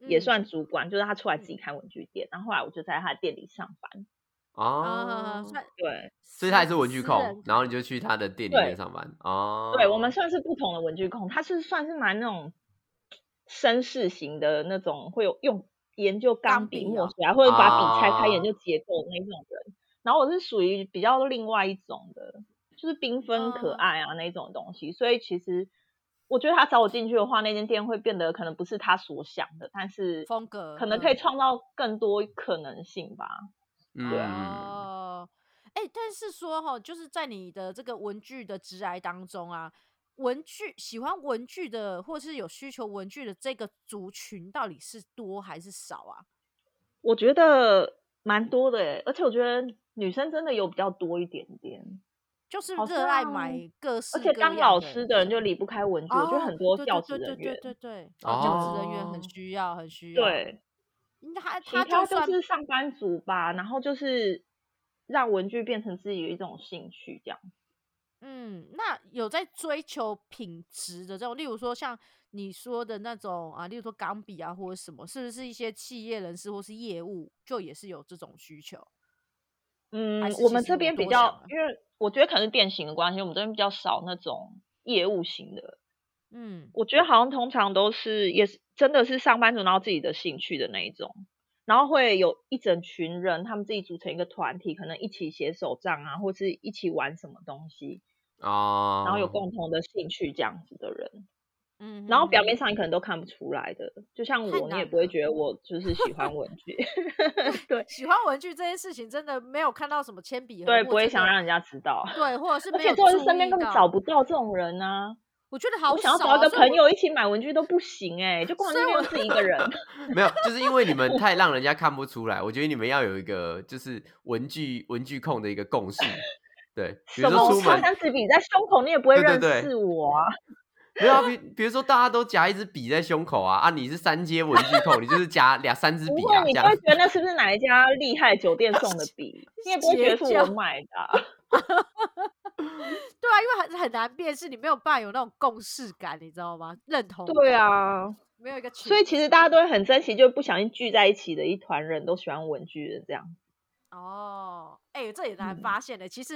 S3: 也
S1: 嗯
S3: 算主管，就是他出来自己开文具店，然后后来我就在他的店里上班。
S1: 啊，
S2: 哦，
S1: 算，
S3: 对，
S2: 所
S1: 私
S2: 以他也是文具
S1: 私
S2: 控
S1: 人，
S2: 然后你就去他的店里
S3: 对
S2: 面上班哦。
S3: 对我们算是不同的文具控，他是算是蛮那种绅士型的那种，会有用研究
S1: 钢
S3: 钢笔、
S1: 笔
S3: 墨
S1: 哦
S3: 水啊，或者把笔拆开
S2: 啊
S3: 研究结构的那种人。然后我是属于比较另外一种的，就是缤纷可
S1: 嗯
S3: 爱啊那种东西，所以其实。我觉得他找我进去的话，那间店会变得可能不是他所想的，但是
S1: 风格
S3: 可能可以
S1: 嗯
S3: 创造更多可能性吧。对
S2: 嗯，
S1: 哦，哎、但是说哈，就是在你的这个文具的职涯当中啊，文具喜欢文具的，或是有需求文具的这个族群，到底是多还是少啊？
S3: 我觉得蛮多的诶，而且我觉得女生真的有比较多一点点，
S1: 就是
S3: 好
S1: 热爱
S3: 像
S1: 买各式
S3: 而
S1: 各
S3: 且
S1: 样，
S3: 当老师的人就离不开文具，
S1: 哦，
S3: 我觉得很多
S1: 对
S3: 教职
S1: 对对
S3: 人
S1: 对
S3: 员，
S1: 对对对，哦教职人员
S2: 哦
S1: 很需要，很需要。，
S3: 对，
S1: 他
S3: 其
S1: 他
S3: 他
S1: 就
S3: 就
S1: 算
S3: 是上班族吧，然后就是让文具变成自己的一种兴趣这样。
S1: 嗯，那有在追求品质的这种，例如说像你说的那种啊，例如说钢笔啊或者什么，是不是一些企业人士或是业务就也是有这种需求？
S3: 嗯
S1: 是，
S3: 我
S1: 其
S3: 们
S1: 实
S3: 这
S1: 我
S3: 边比
S1: 多想
S3: 较
S1: 了，
S3: 因为我觉得可能是店型的关系，我们这边比较少那种业务型的
S1: 嗯，
S3: 我觉得好像通常都是也是真的是上班族，然后自己的兴趣的那一种，然后会有一整群人，他们自己组成一个团体，可能一起写手账啊，或是一起玩什么东西，
S2: 哦，
S3: 然后有共同的兴趣这样子的人，
S1: 嗯
S3: 然后表
S1: 哼
S3: 面上你可能都看不出来的，就像
S1: 太
S3: 我，你
S1: 难
S3: 也不会
S1: 了
S3: 觉得我就是喜欢文具， (laughs) 对
S1: 嗯喜欢文具这件事情，真的没有看到什么铅笔盒，
S3: 对，
S1: 或
S3: 不会
S1: 真
S3: 想
S1: 的
S3: 让人家知道，
S1: 对，或者 (laughs) 是
S3: (laughs) 而
S1: 没
S3: 且
S1: 有
S3: 就是
S1: 注
S3: 身边
S1: 意
S3: 根本
S1: 到
S3: 找不到这种人啊，
S1: 我觉得好
S3: 我想要
S1: 少
S3: 找一
S1: 啊
S3: 个
S1: 所以
S3: 朋
S1: 我
S3: 友一起买文具都不行哎、就根本就没有自己一
S1: (laughs)
S3: 个人。
S2: (laughs) 没有，就是因为你们太让人家看不出来。我觉得你们要有一个就是文具文具控的一个共识，对，
S3: (laughs)
S2: 比如
S3: 什么？
S2: 说
S3: 我
S2: 出
S3: 插
S2: 门，
S3: 三支笔在胸口，你也不会
S2: 对对
S3: 认
S2: 对
S3: 识我啊！
S2: 没有啊，比比如说大家都夹一支笔在胸口啊，啊，你是三阶文具控，你就是夹两三支
S3: 不
S2: 笔
S3: 会，
S2: 啊，
S3: 你
S2: 这
S3: 不
S2: 样
S3: 会觉得那是不是哪一家厉害酒店送
S1: (laughs)
S3: 的笔？你也不会觉得是
S1: 邪教
S3: 我买的啊、
S1: 对啊，因为很很难辨识，你没有办法有那种共识感，你知道吗？认同
S3: 对
S1: 感，
S3: 啊，
S1: 没有一个群
S3: 所以其实大家都会很珍惜，就不小心聚在一起的一团人都喜欢文具人这样。
S1: 哦，哎、这也难
S3: 嗯
S1: 发现的、其实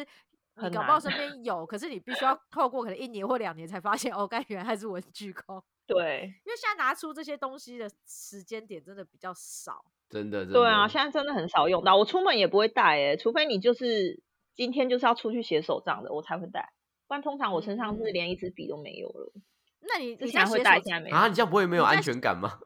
S1: 你
S3: 很
S1: 搞不好
S3: 难
S1: 身边
S3: (laughs)
S1: 有，可是你必须要透过可能一年或两年才发现，哦，该原来还是文具控。
S3: 对
S1: 因为现在拿出这些东西的时间点真的比较少。
S2: 真的，真的
S3: 对啊，现在真的很少用到，我出门也不会带哎、除非你就是今天就是要出去写手账的，我才会带。不然通常我身上
S1: 嗯
S3: 是连一支笔都没有了，
S1: 那你
S3: 之
S1: 你在
S3: 前会
S1: 写
S3: 带，
S1: 手
S3: 现在没有。
S2: 啊，你这样不会没有
S1: 你在
S2: 安全感吗？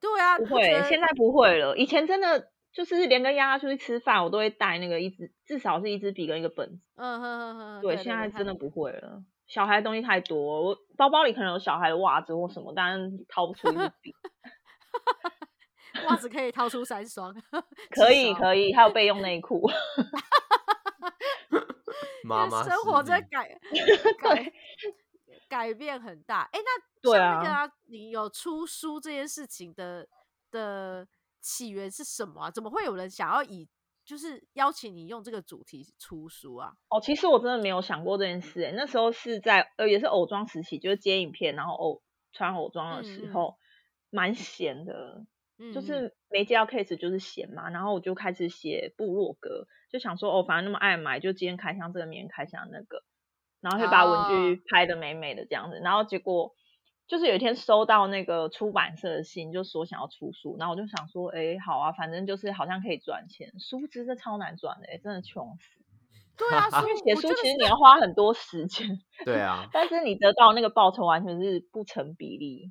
S1: 对啊，
S3: 不
S1: 你觉
S3: 会，
S1: 得
S3: 现在不会了。以前真的就是连跟丫丫出去吃饭，我都会带那个一支，至少是一支笔跟一个本子。
S1: 嗯哼哼哼，
S3: 对，
S1: 对，
S3: 现在真的
S1: 太
S3: 不会了。小孩东西太多，我包包里可能有小孩的袜子或什么，但掏不出一支
S1: (laughs)
S3: 笔。
S1: 袜子可以掏出三双， (laughs)
S3: 可以，
S1: 以。
S3: 可以，还有备用内裤。
S2: 妈
S1: 这
S2: 妈，
S1: 生活真的
S3: (laughs)
S1: 改改改变很大。哎、那
S3: 对
S1: 像那个
S3: 啊
S1: 啊，你有出书这件事情的的起源是什么啊？怎么会有人想要以就是邀请你用这个主题出书啊？
S3: 哦，其实我真的没有想过这件事、欸。那时候是在呃，也是偶装时期，就是接影片，然后偶穿偶装的时
S1: 嗯嗯
S3: 候，蛮闲的。
S1: 嗯
S3: 就是没接到 case 就是闲嘛，然后我就开始写部落格，就想说哦，反正那么爱买，就今天开箱这个，明天开箱那个，然后就把文具拍的美美的这样子，然后结果就是有一天收到那个出版社的信，就说想要出书，然后我就想说，哎，好啊，反正就是好像可以赚钱，殊不知这超难赚的，哎，真的穷死。
S1: 对啊，
S2: 因
S3: (laughs)
S1: 所以
S3: 写
S1: 我
S3: 书
S1: 真的
S3: 其实
S1: 是
S3: 你要花很多时间，
S2: 对啊，
S3: 但是你得到那个报酬完全是不成比例。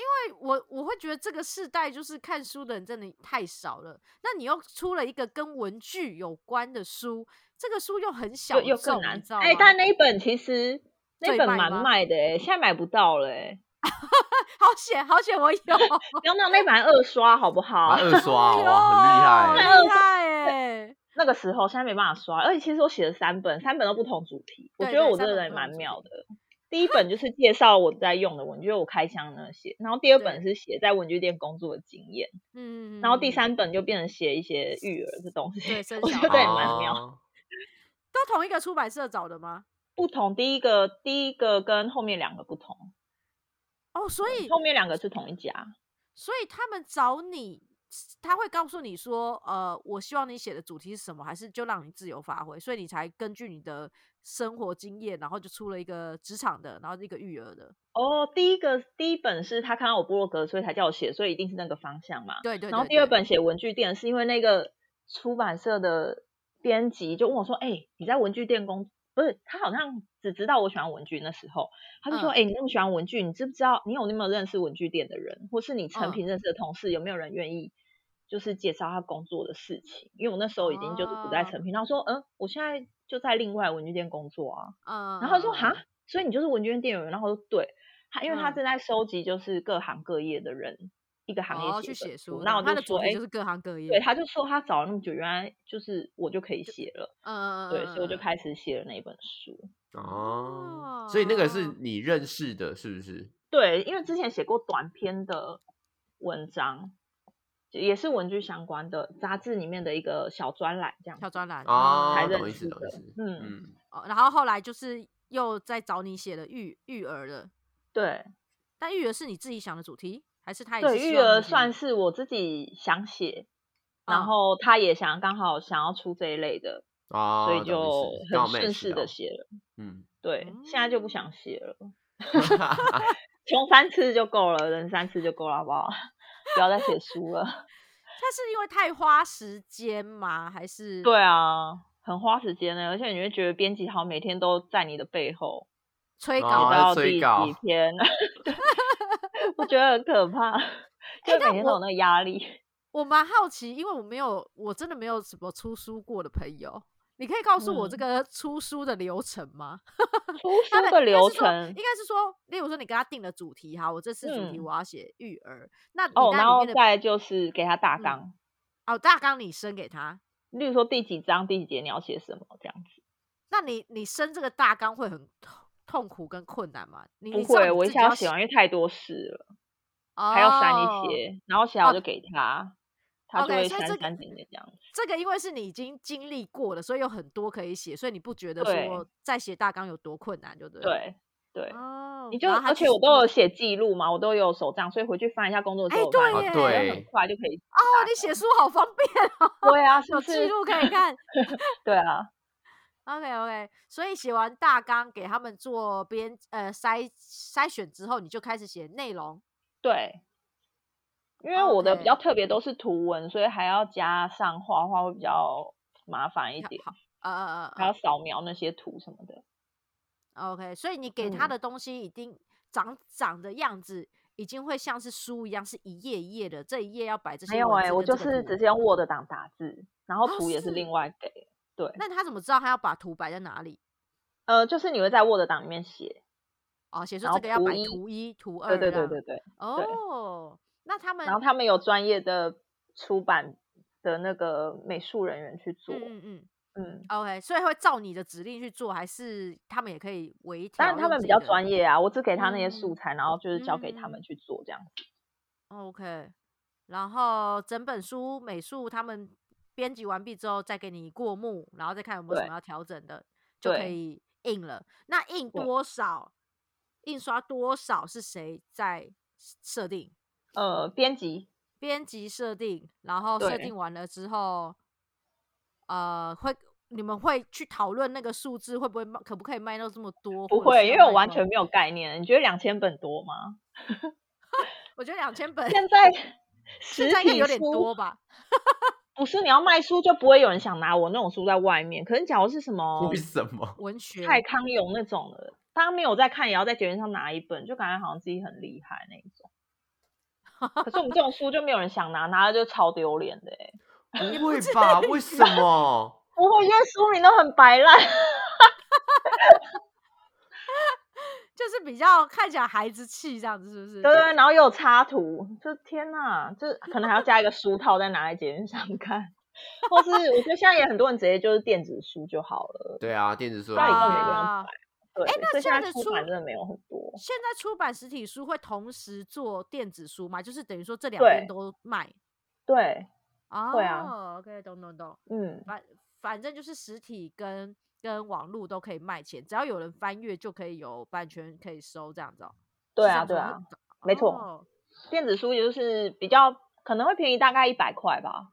S1: 对我我会觉得这个世代就是看书的人真的太少了。那你又出了一个跟文具有关的书，这个书又很小
S3: 就又
S1: 众
S3: 更难
S1: 你知道吗？
S3: 哎、但那一本其实那
S1: 最
S3: 本
S1: 卖
S3: 蛮
S1: 吗
S3: 卖的哎、现在买不到了
S1: (laughs)
S3: 哎、
S1: 好险好险，我有，
S3: 不要闹那版二刷好不好
S2: 把？二刷
S1: 有
S2: 哦，很厉害欸。
S1: 很厉害哎！
S3: 那个时候现在没办法刷，而且其实我写了三本，三本都不同主题，我
S1: 对
S3: 觉得
S1: 对
S3: 我这
S1: 三
S3: 个
S1: 本
S3: 人
S1: 不
S3: 蛮
S1: 同主
S3: 妙的。第一本就是介绍我在用的文具，我开箱那些，然后第二本是写在文具店工作的经验，
S1: 嗯，
S3: 然后第
S1: 嗯
S3: 三本就变成写一些育儿的东西
S1: 对生，
S3: 我
S1: 小
S3: 觉得也
S1: 孩啊
S3: 蛮妙。
S2: 哦
S1: 都同一个出版社找的吗？
S3: 不同，第一个第一个跟后面两个不同，
S1: 哦，所以
S3: 后面两个是同一家。
S1: 所以他们找你，他会告诉你说，呃，我希望你写的主题是什么，还是就让你自由发挥，所以你才根据你的生活经验，然后就出了一个职场的，然后一个育儿的，
S3: 哦，第一个第一本是他看到我部落格，所以才叫我写，所以一定是那个方向嘛。
S1: 对对对。
S3: 然后第二
S1: 对
S3: 本写文具店，是因为那个出版社的编辑就问我说：“哎、你在文具店工？不是，他好像只知道我喜欢文具。那时候他就说：‘
S1: 嗯
S3: 哎、你那么喜欢文具，你知不知道？你有没有认识文具店的人，或是你
S1: 嗯
S3: 成品认识的同事，有没有人愿意就是介绍他工作的事情？’因为我那时候已经就是不在
S1: 哦
S3: 成品，他说：‘嗯，我现在就在另外文具店工作啊。’
S1: 嗯，
S3: 然后他说
S1: 嗯
S3: 哈，所以你就是文具店店员，然后我说对，他因为他
S1: 嗯
S3: 正在收集就是各行各业的人一个行业
S1: 哦
S3: 写
S1: 去
S3: 的
S1: 写书，
S3: 那
S1: 然
S3: 我
S1: 后他
S3: 就
S1: 的主
S3: 说哎
S1: 题就，是各行各业，
S3: 对，他就说他找了那么久，原来就是我就可以写了，
S1: 嗯，嗯
S3: 对，所以我就
S1: 嗯
S3: 开始写了那一本书。
S2: 哦，所以那个是
S1: 哦
S2: 你认识的，是不是？
S3: 对，因为之前写过短篇的文章，也是文具相关的杂志里面的一个小专栏这样
S1: 跳
S3: 子。
S1: 专栏
S2: 哦
S3: 才，
S1: 嗯
S3: 认
S2: 懂意思，
S3: 识
S2: 懂意
S3: 的
S2: 思。
S3: 嗯
S2: 嗯，
S1: 哦然后后来就是又在找你写的育育儿的，
S3: 对
S1: 但育儿是你自己想的主题，还是他也
S3: 对，
S1: 是希
S3: 育
S1: 望你
S3: 儿
S1: 写
S3: 算
S1: 的
S3: 是我自己想写，
S1: 嗯
S3: 然后他也想刚好想要出这一类的，
S2: 哦，
S3: 所以
S2: 懂意
S3: 就
S2: 思刚好
S3: 很
S2: match
S3: 顺势
S2: 到
S1: 哦
S3: 的写了。
S2: 嗯， (laughs)
S3: 对，现在就不想写了，
S2: 嗯
S3: 穷三次就够了，人三次就够了，好不好？ (laughs) 不要再写书
S1: (laughs)
S3: 了。
S1: 他是因为太花时间吗？还是
S3: 对啊，很花时间的，而且你会觉得编辑好像每天都在你的背后，
S1: 催
S2: 哦
S1: 稿
S3: 写
S2: 在
S1: 的？
S3: 到
S2: 催
S3: 第
S2: 稿
S3: 几 (laughs) 篇，我觉得很可怕，就
S1: 但
S3: 每天都有
S1: 哎我
S3: 那个
S1: (laughs)
S3: 压力。
S1: 我蛮好奇，因为我没有，我真的没有什么出书过的朋友。你可以告诉我这
S3: 嗯
S1: 个出书的流程吗？
S3: 出
S1: 他
S3: 书的流
S1: 应
S3: 程
S1: 该是说，例如说你给他定了主题哈，我这次主题
S3: 嗯
S1: 我要写育儿，那你
S3: 哦，
S1: 在
S3: 然
S1: 里
S3: 后
S1: 面的
S3: 再就是给他大
S1: 嗯
S3: 纲，
S1: 哦大纲你生给他，
S3: 例如说第几章、第几节你要写什么这样子。
S1: 那你你生这个大纲会很痛痛苦跟困难吗？你
S3: 不
S1: 你知道
S3: 会，
S1: 你
S3: 我一
S1: 自己
S3: 下
S1: 要
S3: 要写完，因为太多事了。
S1: 哦、
S3: 还要删一些，然后写好
S1: 哦
S3: 就给他，他就
S1: OK，
S3: 会
S1: 所以
S3: 删
S1: 这个
S3: 删减减这样子。
S1: 这个因为是你已经经历过了，所以有很多可以写，所以你不觉得
S3: 对
S1: 说再写大纲有多困难，就对了。
S3: 对对，
S1: 哦，
S3: 你就
S1: 然后他
S3: 而且
S1: 是
S3: 我都有写记录嘛，我都有手账，所以回去翻一下工作之
S1: 哎
S3: 后，我发
S1: 对
S3: 现
S2: 耶
S3: 好像
S2: 对
S3: 很快就可以哦
S1: 哦，你写书好方便哦， (laughs)
S3: 对啊，是
S1: 有
S3: 不
S1: 记
S3: 是？
S1: 录可以看。
S3: 对啊，
S1: OK OK，所以写完大纲给他们做编呃筛筛选之后，你就开始写内容。
S3: 对。因为我的比较
S1: 哦 OK
S3: 特别都是图文，所以还要加上画画会比较麻烦一
S1: 好
S3: 点，
S1: 呃呃
S3: 还
S1: 呃
S3: 要扫描那些图什么的。
S1: 呃，OK，所以你给他
S3: 嗯
S1: 的东西已经长长的样子，已经会像是书一样，是一页一页的，这一页要摆这些
S3: 没有
S1: 文
S3: 哎、
S1: 字
S3: 我
S1: 跟
S3: 就
S1: 这个
S3: 是
S1: 图
S3: 直接用 Word 档打字，然后
S1: 哦
S3: 图也是
S1: 是
S3: 另外给。对，
S1: 那他怎么知道他要把图摆在哪里？
S3: 呃，就是你会在 Word 档里面写。
S1: 哦，写出
S3: 然
S1: 这
S3: 后
S1: 个要
S3: 图
S1: 摆
S3: 一
S1: 图一、图二
S3: 对对
S1: 这
S3: 对
S1: 样
S3: 对对。
S1: 哦，那他们
S3: 然后他们有专业的出版的那个美术人员去做，
S1: 嗯
S3: 嗯
S1: 嗯嗯，OK，所以会照你的指令去做，还是他们也可以微调？
S3: 当然他们比较专
S1: 业。
S3: 业啊，我只给他那些
S1: 嗯
S3: 素材，然后就是交给他
S1: 嗯
S3: 们去做这样子。
S1: OK，然后整本书美术他们编辑完毕之后，再给你过目，然后再看有没有什
S3: 对
S1: 么要调整的，就可
S3: 对
S1: 以印了。那印
S3: 对
S1: 多少，印刷多少是谁在设定？
S3: 呃，编辑
S1: 编辑设定，然后设
S3: 对
S1: 定完了之后，呃，会你们会去讨论那个数字会不会卖，可不可以卖到这么多？
S3: 不
S1: 或者是
S3: 会，因
S1: 要
S3: 为我
S1: 卖
S3: 完
S1: 多
S3: 全没有概念。你觉得两千本多吗？
S1: 我觉得两千本
S3: 现在实
S1: (laughs) 现在应该
S3: 体
S1: 有点
S3: 书
S1: 多吧？
S3: 不是你要卖书就不会有人想拿我那种书在外面。可是假如是什么
S2: 为什么？
S1: 文学
S3: 蔡康永那种的，大家没有在看，也要在捷运上拿一本，就感觉好像自己很厉害那一种。可是我们这种书就没有人想拿，拿了就超丢脸的、欸。
S2: 不会吧？为什么？
S3: 不会，因为书名都很白烂。
S1: 就是比较看起来孩子气这样子，是不是？
S3: 对对，然后又有插图，就天哪，就是可能还要加一个书套再拿来捷运上看，或是我觉得现在也很多人直接就是电子书就好了。
S2: 对啊，电子书
S3: 那已经
S2: 啊
S3: 没有人
S1: 啊
S3: 对，
S1: 哎那
S3: 所以
S1: 现
S3: 现
S1: 在
S3: 在
S1: 的
S3: 出
S1: 书
S3: 版真的没有很多。
S1: 现在出版实体书会同时做电子书吗？就是等于说这两
S3: 对
S1: 边都卖
S3: 对，
S1: 啊
S3: 会啊
S1: o k 懂懂懂。
S3: 嗯，
S1: 反反正就是实体跟跟网络都可以卖钱，只要有人翻阅就可以有版权可以收这样子哦。
S3: 对
S1: 是这
S3: 啊，
S1: 样
S3: 对
S1: 说
S3: 啊，，没错
S1: 哦
S3: 电子书也就是比较可能会便宜大概一百块吧。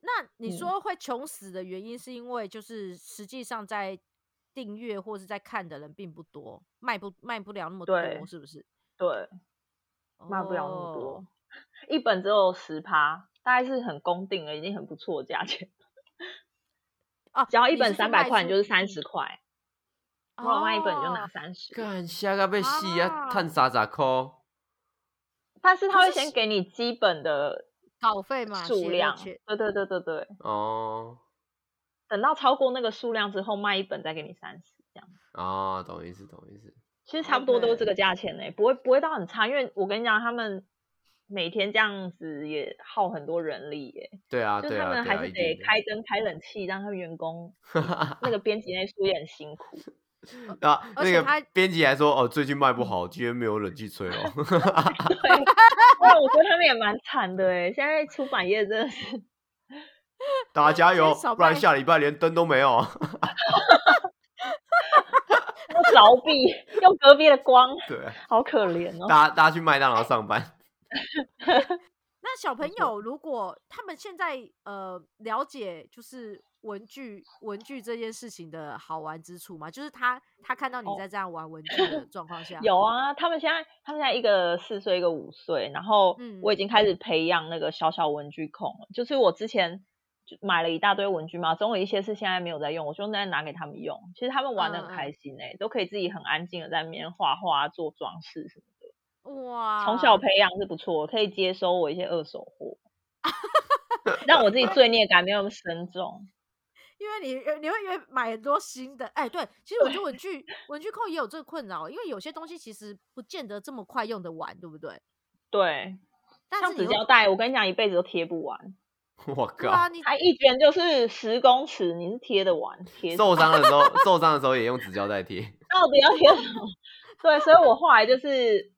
S1: 那你
S3: 嗯
S1: 说会穷死的原因，是因为就是实际上在订阅或是在看的人并不多，卖不卖不了那么
S3: 对
S1: 多，是不是？
S3: 对，卖不了那么多，
S1: 哦
S3: 一本只有十趴，大概是很公定了，已经很不错的价钱。 (laughs)
S1: 哦，
S3: 只要一
S1: 你
S3: 本
S1: 是去
S3: 三百
S1: 卖
S3: 块，你
S1: 书
S3: 就是三十块，
S1: 哦
S3: 如果卖一本你就拿三十。
S2: 干下个被戏啊，
S1: 啊
S2: 探啥咋抠？
S3: 但是他
S1: 可
S3: 会
S1: 是
S3: 先给你基本的
S1: 稿费嘛，写
S3: 数
S1: 的
S3: 量，
S1: 钱
S3: 对对对对对，
S2: 哦
S3: 等到超过那个数量之后卖一本再给你三十这样。
S2: 哦，懂意思，懂意思。
S3: 其实差不多都是
S1: 哦
S3: 这个价钱呢、不会不会到很差，因为我跟你讲，他们每天这样子也耗很多人力耶、
S2: 对啊，
S3: 就是
S2: 对
S3: 他
S2: 啊，
S3: 们
S2: 对
S3: 还
S2: 啊，
S3: 是
S2: 一
S3: 得
S2: 定的。
S3: 开灯开冷气，让他们员工 (laughs) 那个编辑那书也很辛苦。
S2: (laughs) 然后
S1: 而
S2: 那
S1: 且他
S2: 个编辑还说，哦，最近卖不
S3: 嗯
S2: 好，今天没有冷气吹哦。
S3: 对， (laughs) 我觉得他们也蛮惨的哎、现在出版业真的是
S2: 大家加
S3: 啊
S2: 油
S1: 今天少，
S2: 不然
S1: 卖
S2: 下礼拜连灯都没
S3: (laughs)
S2: 有。
S3: 要凿壁，用隔壁的光，
S2: 对，
S3: 好可怜哦。
S2: 大家大家去麦当劳上班。
S1: 那小朋
S3: 错
S1: 友如果他们现在呃了解就是文具文具这件事情的好玩之处嘛，就是他他看到你
S3: 哦
S1: 在这样玩文具的状况下，
S3: 有啊，他们现在他们现在一个四岁，一个五岁，然后
S1: 嗯
S3: 我已经开始培养那个小小文具控了。就是我之前就买了一大堆文具嘛，总有一些是现在没有在用，我就在拿给他们用。其实他们玩
S1: 嗯
S3: 的
S1: 嗯
S3: 很开心哎、都可以自己很安静的在那边画画、啊做装饰什么的。
S1: 哇，
S3: 从小培养是不错，可以接收我一些二手货，
S1: (laughs)
S3: 让我自己罪孽感没有那么深重。
S1: 因为你你会越买很多新的，哎，对，其实我觉得文具文具控也有这个困扰，因为有些东西其实不见得这么快用得完，对不对？
S3: 对，
S1: 但
S3: 像
S1: 是你
S3: 纸
S1: 又
S3: 胶带，我跟你讲，一辈子都贴不完。
S2: 我
S1: 对啊，
S2: 靠，
S1: 你
S3: 它一卷就是十公尺，你是贴得完，贴
S2: 受伤的时候，
S3: (laughs)
S2: 受伤的时候也用纸胶带贴。
S3: 到底要贴什么？对，所以我后来就是，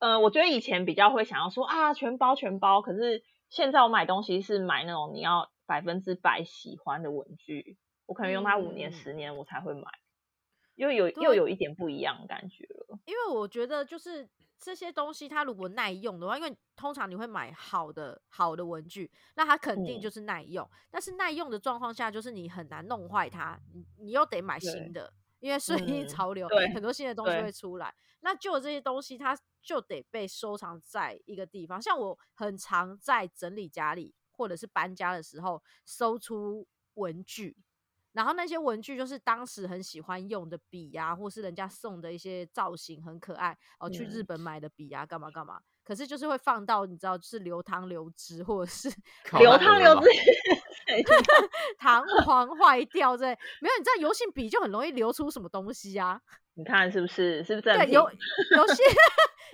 S3: 呃，我觉得以前比较会想要说啊，全包全包，可是现在我买东西是买那种你要百分之百喜欢的文具，我可能用它五
S1: 嗯
S3: 年、十年我才会买，又有
S1: 对
S3: 又有一点不一样的感觉了。
S1: 因为我觉得就是这些东西，它如果耐用的话，因为通常你会买好的好的文具，那它肯定
S3: 嗯
S1: 就是耐用。但是耐用的状况下，就是你很难弄坏它，你你又得买
S3: 对
S1: 新的，因为顺应
S3: 嗯
S1: 潮流，
S3: 对
S1: 很多新的东西
S3: 对
S1: 会出来。那旧的这些东西，它就得被收藏在一个地方。像我很常在整理家里或者是搬家的时候，搜出文具，然后那些文具就是当时很喜欢用的笔啊，或是人家送的一些造型很可爱哦，去日本买的笔啊，干嘛干嘛。可是就是会放到你知道，就是流汤流汁或者是 (laughs)
S2: 靠
S3: 流
S2: 那
S3: 汤
S2: 可能
S3: 流
S2: 吧
S3: 汁，
S1: 弹簧坏掉这没有，你知道油性笔就很容易流出什么东西啊？
S3: (laughs) 你看是不是？是不是正
S1: 对，
S3: 品
S1: 游游 (laughs) 戏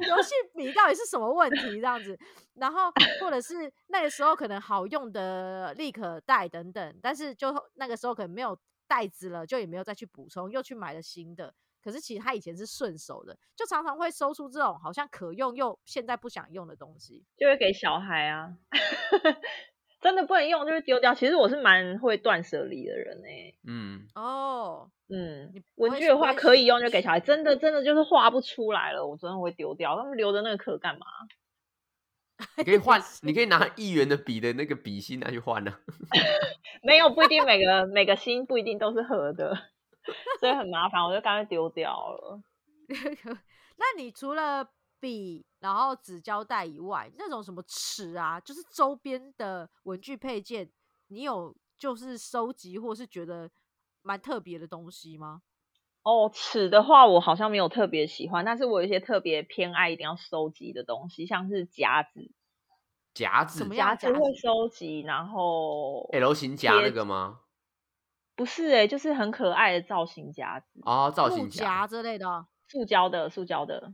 S1: 游戏笔到底是什么问题？这样子，然后或者是那个时候可能好用的立可带等等，但是就那个时候可能没有袋子了，就也没有再去补充，又去买了新的。可是其实他以前是顺手的，就常常会搜出这种好像可用又现在不想用的东西。
S3: 就会给小孩啊。 (laughs) 真的不能用，就是丢掉。其实我是蛮会断舍离的人哎、 (laughs)
S2: 嗯，
S1: 哦，
S3: 嗯
S1: 你，不
S3: 文
S1: 会
S3: 具
S1: 是
S3: 的
S1: 不
S3: 话
S1: 会
S3: 可以用就给小孩，真的真的就是画不出来了，我真的会丢掉，他们留着那个壳干嘛？
S2: 你可以
S3: (laughs)
S2: 换，你可以拿一元的笔的那个笔芯拿去换啊呢、
S3: 没有不一定每个每个心不一定都是合的，所以很麻烦，我就干脆丢掉了。
S1: (laughs) 那你除了笔，然后纸胶带以外，那种什么尺啊，就是周边的文具配件，你有就是收集或是觉得蛮特别的东西吗？
S3: 哦，尺的话我好像没有特别喜欢，但是我有一些特别偏爱一定要收集的东西，像是夹子，
S2: 夹子
S1: 什么样
S3: 夹
S1: 的
S3: 子
S1: 夹
S3: 会
S1: 子
S3: 收集，然后
S2: L 型夹那个吗？
S3: 不是诶、就是很可爱的造型夹子，
S2: 哦，造
S1: 木
S2: 型夹
S1: 夹之类的哦，
S3: 塑胶的塑胶的，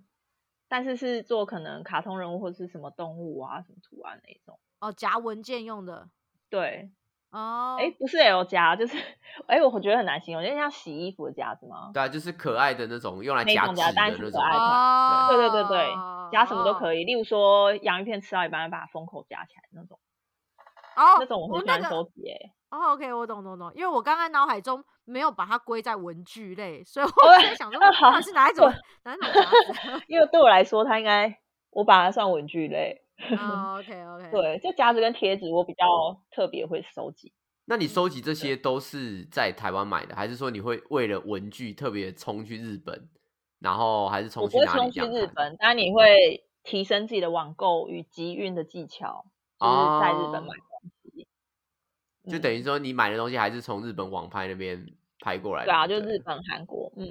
S3: 但是是做可能卡通人物或是什么动物啊什么图案那一种。
S1: 哦，夹文件用的
S3: 对，
S1: 哦。
S3: 哎、不是 L 夹，就是 (laughs) 哎、我觉得很难形容，就像洗衣服的夹子吗？
S2: 对啊，就是可爱的那种，用来
S3: 那
S2: 夹
S3: 种
S2: 纸
S3: 夹
S2: 的
S3: 但是
S2: 那
S3: 可
S2: 种。
S3: 爱的
S1: 哦，
S3: 对对对对，夹什么都可
S1: 以。
S3: 以，例如说洋芋片吃到一半，把它封口夹起来那种，
S1: 哦，
S3: 那种我
S1: 哦
S3: 很喜
S1: 那
S3: 欢
S1: 个
S3: 收集、
S1: (laughs)
S3: 欸。
S1: 哦，OK，我懂懂懂，因为我刚刚脑海中没有把它归在文具类，所以我
S3: 哦
S1: 在想说
S3: 那 (laughs) 好
S1: 到底是哪一种哪一种夹子。 (laughs)
S3: 因为对我来说，它应该我把它算文具类。
S1: 哦，OK OK，，
S3: (laughs) 对，就夹子跟贴纸，我比较特别会收集。
S2: 那
S3: 嗯
S2: 你收集这些都是在台湾买的，还是说你会为了文具特别冲去日本，然后还是冲
S3: 我不
S2: 去
S3: 会
S2: 哪
S3: 冲
S2: 里
S3: 去
S2: 这样
S3: 日
S2: 看？
S3: 本，但你会提升自己的网购与集运的技巧，就是在日
S2: 哦
S3: 本买东西。
S2: 就
S3: 嗯
S2: 等于说你买的东西还是从日本网拍那边拍过来的。
S3: 对啊，就
S2: 对
S3: 日本、韩国，嗯，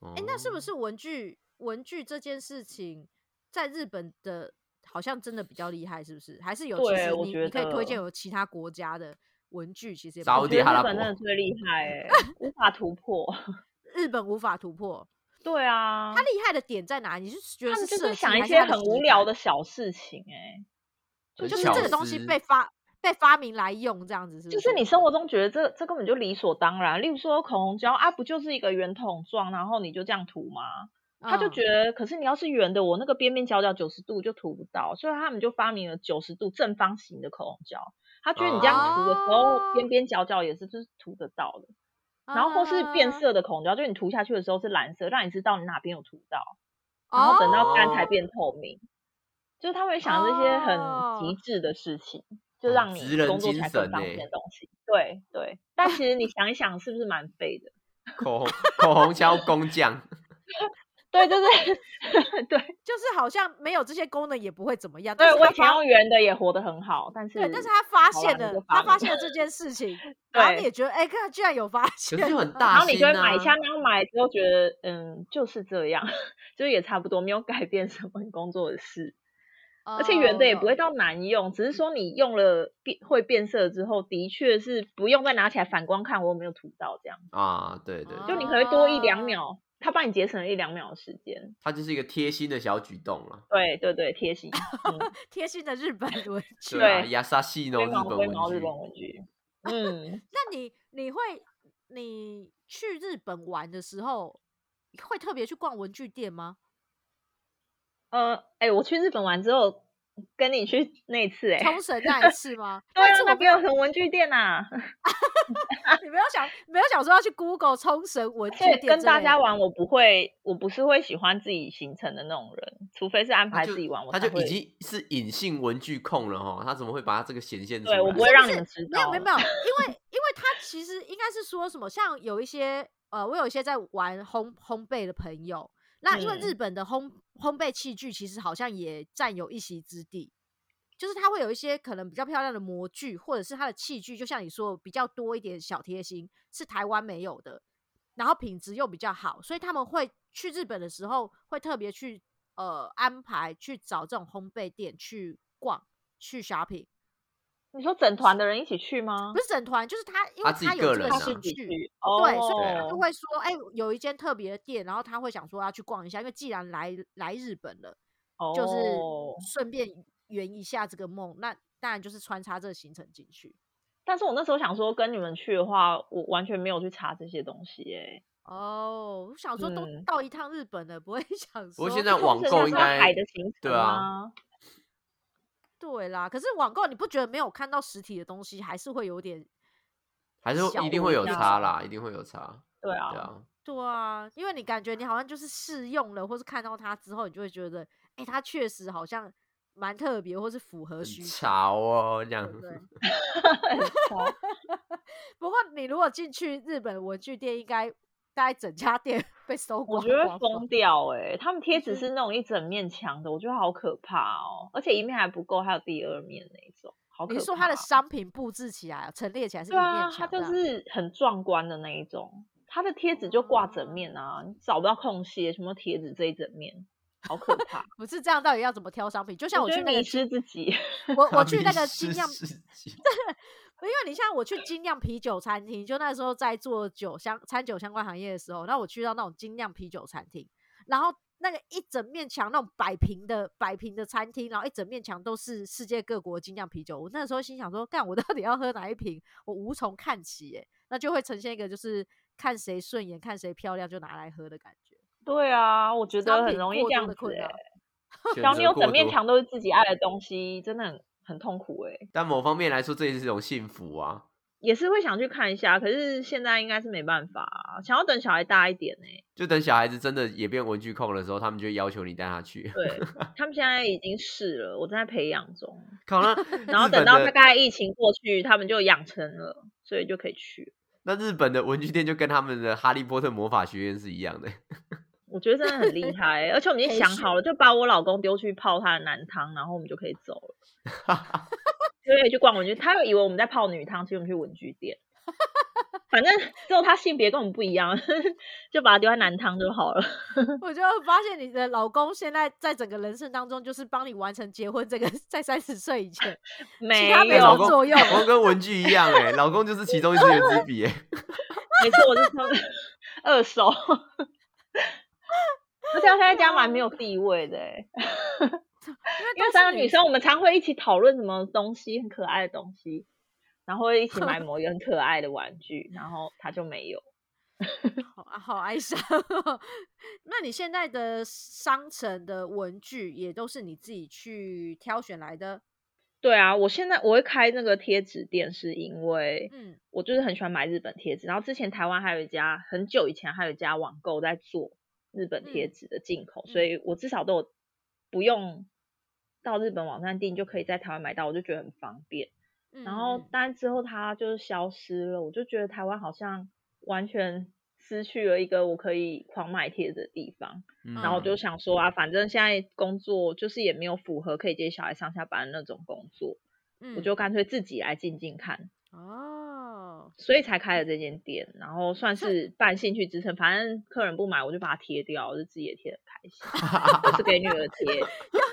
S2: 本。
S1: 哎，那是不
S2: 哦
S1: 是文具文具这件事情在日本的，好像真的比较厉害，是不是？还是有其
S3: 对
S1: 实
S3: 我
S1: 你
S3: 觉
S1: 你可以推荐
S3: 得
S1: 有其他国家的文具，其实也不
S2: 沙
S1: 错
S2: 烏
S3: 我
S2: 地
S3: 觉得
S2: 阿
S3: 日
S2: 拉
S3: 本
S2: 伯
S3: 真的最厉害、欸，无法突破。
S1: 日本无法突破，
S3: 对啊
S1: 它，厉害的点在哪？你是觉得
S3: 他们就
S1: 设
S3: 是想
S1: 计
S3: 一
S1: 还
S3: 些
S1: 它的
S3: 很
S1: 质
S3: 无聊
S1: 感
S3: 的小事情、欸，
S2: 很
S1: 就是
S2: 巧
S1: 这个东西
S2: 思
S1: 被发被发明来用，这样子是不
S3: 就是你生活中觉得这这根本就理所当然。例如说口红胶啊，不就是一个圆筒状，然后你就这样涂吗？他就
S1: 嗯
S3: 觉得，可是你要是圆的，我那个边边角角九十度就涂不到，所以他们就发明了九十度正方形的口红胶。他觉得你这样涂的时
S1: 哦
S3: 候，边边角角也是就是涂得到的。然后或是
S2: 哦
S3: 变
S1: 啊
S3: 色的口红胶，就你涂下去的时候是蓝色，让你知道你哪边有涂到，然后等到干才
S1: 哦
S3: 变透明。就是他们会想这些
S1: 哦
S3: 很极致的事情，就
S2: 哦
S3: 让
S2: 职
S3: 你
S2: 人
S3: 工作
S2: 精
S3: 才更
S2: 神
S3: 方
S2: 欸
S3: 便的东西。对对，但其实你想一想，是不是蛮废的？
S2: (laughs) 哦口红口红胶工
S3: (laughs)
S2: 匠？
S3: 对，就是对
S1: 就是好像没有这些功能也不会怎么样。但
S3: (laughs) 对，
S1: 是
S3: 我
S1: 他
S3: 以前
S1: 发
S3: 用圆的也活得很好，但是
S1: 对，但是他发
S3: 好
S1: 现
S3: 啦你
S1: 了
S3: 就，
S1: 他
S3: 发
S1: 发
S3: 明
S1: 现了这件事情，然后你
S3: 对
S1: 也觉得，哎、看居然有发
S2: 可
S1: 现，
S2: 是就很
S1: 啊
S2: 大
S3: (laughs) 然后
S2: 心、啊、
S3: 你就会买下，然后买了之后觉得嗯就是这样， (laughs) 就也差不多没有改变什么你工作的事，而且圆的也不会
S1: 哦
S3: 到难用，只是说你用了变会变色之后，的确是不用再拿起来反光看我有没有涂到这样，
S2: 啊，对对
S3: 就
S2: 对，
S3: 你可能会多一
S1: 啊
S3: 两秒，它帮你节省了一两秒的时
S1: (laughs)
S3: 间。
S2: 它就是一个贴心的小举动了。
S3: 对对对，贴心，嗯，
S1: 贴心的日
S3: (laughs)
S1: 本文具。
S2: 对啊，
S3: 对
S2: 亚萨西诺
S3: 龟
S2: 日
S3: 毛
S2: 本
S3: 龟毛
S2: 文
S3: 日
S2: 具
S3: 本，文具，嗯。
S1: 那你你会你去日本玩的时候，会特别去逛文具店吗？
S3: 呃，哎、我去日本玩之后，跟你去那次、哎，
S1: 冲绳那一次吗？
S3: (laughs) 对
S1: 那一
S3: 啊
S1: 次，我
S3: 那
S1: 没
S3: 边有什么文具店呐、 (laughs) 啊？
S1: 你没有想没有想说要去 Google 冲绳文具
S3: 所以
S1: 店
S3: 跟
S1: 之
S3: 大
S1: 类
S3: 家
S1: 的
S3: 玩，我不会，我不是会喜欢自己行程的那种人，除非是安
S2: 他
S3: 排
S2: 就
S3: 自己玩，我
S2: 他
S3: 才
S2: 就
S3: 会
S2: 已。经是隐性文具控了哈，他怎么会把他这个显现出来？
S3: 对，我不会让
S1: 是
S3: 你们知
S1: 没有
S3: 道。啊
S1: 没有没有，因为因为他其实应该是说什么，像有一些呃，我有一些在玩烘烘焙的朋友，那因为
S3: 嗯
S1: 日本的烘烘焙器具其实好像也占有一席之地，就是它会有一些可能比较漂亮的模具，或者是它的器具，就像你说比较多一点小贴心，是台湾没有的，然后品质又比较好，所以他们会去日本的时候会特别去呃安排去找这种烘焙店去逛去 shopping。
S3: 你说整团的人一起去吗
S1: 不？是整团，就是他，因
S2: 他
S1: 为
S2: 自己
S1: 他有
S2: 个
S1: 这
S2: 人
S1: 个
S2: 啊
S3: 自
S1: 兴
S3: 己
S1: 趣，
S3: 去。
S1: 对，所以他
S3: 哦
S1: 就会说，哎、有一间特别的店，然后他会想说要去逛一下，因为既然来来日本了，
S3: 哦
S1: 就是顺便圆一下这个梦，那当然就是穿插这个行程进去。
S3: 但是我那时候想说，跟你们去的话，我完全没有去查这些东西、哎，
S1: 哦，我想说都
S3: 嗯
S1: 到一趟日本了，不会 (laughs) 想
S2: 不
S1: 说
S2: 过现在
S3: 冲
S2: 网
S3: 绳
S2: 购
S3: 它
S2: 应
S3: 是要
S2: 该
S3: 海的行程
S2: 对啊
S3: 吗，
S1: 对啦。可是网购你不觉得没有看到实体的东西，还是会有点
S2: 还是
S1: 小
S2: 一定会有
S3: 一样
S2: 差啦，一定会有差，
S3: 对
S2: 对
S3: 啊，
S2: 啊，
S1: 对啊，因为你感觉你好像就是试用了，或是看到它之后，你就会觉得，哎、它确实好像蛮特别或是符合需
S2: 很
S1: 求。
S2: 潮哦，这样
S1: 对不对
S3: 好
S1: 不过你如果进去日本文具店，应该大概整家店 (laughs) 被搜
S3: 我
S1: 光
S3: 觉得
S1: 光光
S3: 疯掉哎、他们贴
S1: 就
S3: 纸
S1: 是
S3: 是那种一整面墙的，我觉得好可怕哦，而且一面还不够，还有第二面那一种，好可怕。
S1: 你是说它的商品布置起来、陈列起来是一
S3: 对啊
S1: 面，
S3: 它
S1: 墙这
S3: 就
S1: 样？
S3: 是很壮观的那一种，它的贴纸就挂
S1: 哦
S3: 整面啊，你找不到空隙，什么贴纸这一整面，好可怕。
S1: 不是这样，到底要怎么挑商品？ (laughs) 就像我
S3: 觉
S1: 去
S3: 得
S1: 那
S3: 迷
S1: 个，
S3: 失自己， (laughs)
S1: 我
S2: 他 (laughs)
S1: 我去
S2: 迷
S1: 那个
S2: 失
S1: 精酿，
S2: 自己
S1: 因为你像我去精酿啤酒餐厅，就那时候在做酒相餐酒相关行业的时候，那我去到那种精酿啤酒餐厅，然后那个一整面墙那种摆平的摆平的餐厅，然后一整面墙都是世界各国精酿啤酒。我那时候心想说，干我到底要喝哪一瓶？我无从看起、耶，那就会呈现一个就是看谁顺眼、看谁漂亮就拿来喝的感觉。
S3: 对啊，我觉得
S1: 商
S3: 很
S1: 品
S3: 容易
S1: 过
S3: 这
S1: 多
S3: 样
S1: 的
S3: 子
S1: 困
S3: 哎、 (laughs)
S1: 扰
S2: 选
S3: 然后你
S2: 择
S3: 有
S2: 过
S3: 整面
S2: 多
S3: 墙都是自己爱的东西，真的很很痛苦哎、
S2: 但某方面来说，这也是一种幸福啊。
S3: 也是会想去看一下，可是现在应该是没办法啊、想要等小孩大一点呢、欸
S2: 就等小孩子真的也变文具控的时候，他们就会要求你带他去。
S3: 对他们现在已经是了，我正在培养中，
S2: 考
S3: (laughs)
S2: 了，
S3: 然后
S2: 日本
S3: 等到
S2: 的
S3: 大概疫情过去，他们就养成了，所以就可以去。
S2: 那日本的文具店就跟他们的哈利波特魔法学院是一样的。
S3: 我觉得真的
S2: (laughs)
S3: 很厉害欸、而且我们已经
S1: 培
S3: 想好了，就把我老公丢去泡他的男汤，然后我们就可以走
S2: (laughs)
S3: 了。就可以去逛文具，他又以为我们在泡女汤，其实我们去文具店。反正只有他性别跟我们不一样， (laughs) 就把他丢在男汤就好了。
S1: 我就发现你的老公现在在整个人生当中，就是帮你完成结婚这个， (laughs) 在三十岁以前，
S3: 没
S1: 他
S3: 有，
S1: 没有
S2: 老公
S1: 作用
S2: 老公跟文具一样哎、老公就是其中一支原子笔哎、
S3: 没错，我是从二手。 (laughs) 而且他在家蛮没有地位的、欸，因 (laughs)
S1: 因
S3: 为
S1: 为
S3: 三
S1: 都
S3: 个
S1: 是
S3: 女生，我们常会一起讨论什么东西很可爱的东西，然后会一起买某一个很可爱的玩具，然后他就没有。
S1: 好啊，好哀伤、哦。 (laughs) 那你现在的商城的文具也都是你自己去挑选来的？
S3: 对啊，我现在我会开那个贴纸店，是因为
S1: 嗯，
S3: 我就是很喜欢买日本贴纸，然后之前台湾还有一家很久以前还有一家网购在做日本贴
S1: 嗯
S3: 纸的进口，
S1: 嗯
S3: 所以我至少都有不用到日本网站订就可以在台湾买到，我就觉得很方便。然后
S1: 嗯，
S3: 但之后它就是消失了，我就觉得台湾好像完全失去了一个我可以狂买贴纸的地方。
S2: 嗯
S3: 然后我就想说啊，反正现在工作就是也没有符合可以接小孩上下班的那种工作，
S1: 嗯
S3: 我就干脆自己来静静看，
S1: 哦，
S3: 所以才开了这间店，然后算是半兴趣支撑，反正客人不买我就把它贴掉，我就自己也贴的开
S1: (laughs)
S3: 心，就是给女儿贴。
S1: 又是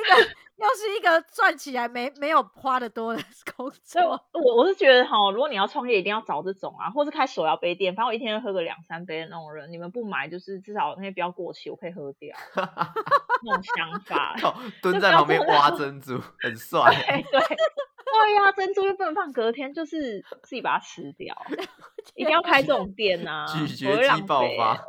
S1: 一个又是一个赚起来没没有花的多的工
S3: 所以我
S1: 作，
S3: 我我是觉得哈，如果你要创业，一定要找这种啊，或是开手摇杯店，反正我一天喝个两三杯的那种人，你们不买就是至少那些不要过期，我可以喝掉那种想法。哎
S2: 靠蹲在旁边挖珍珠，很帅。
S3: 对对对呀、珍珠又不能放隔天，就是自己把它吃掉，
S1: (laughs)
S3: 一定要开这种店啊，
S2: 咀
S3: 不
S2: 嚼
S3: 会浪
S2: 肌
S3: 费
S2: 爆发，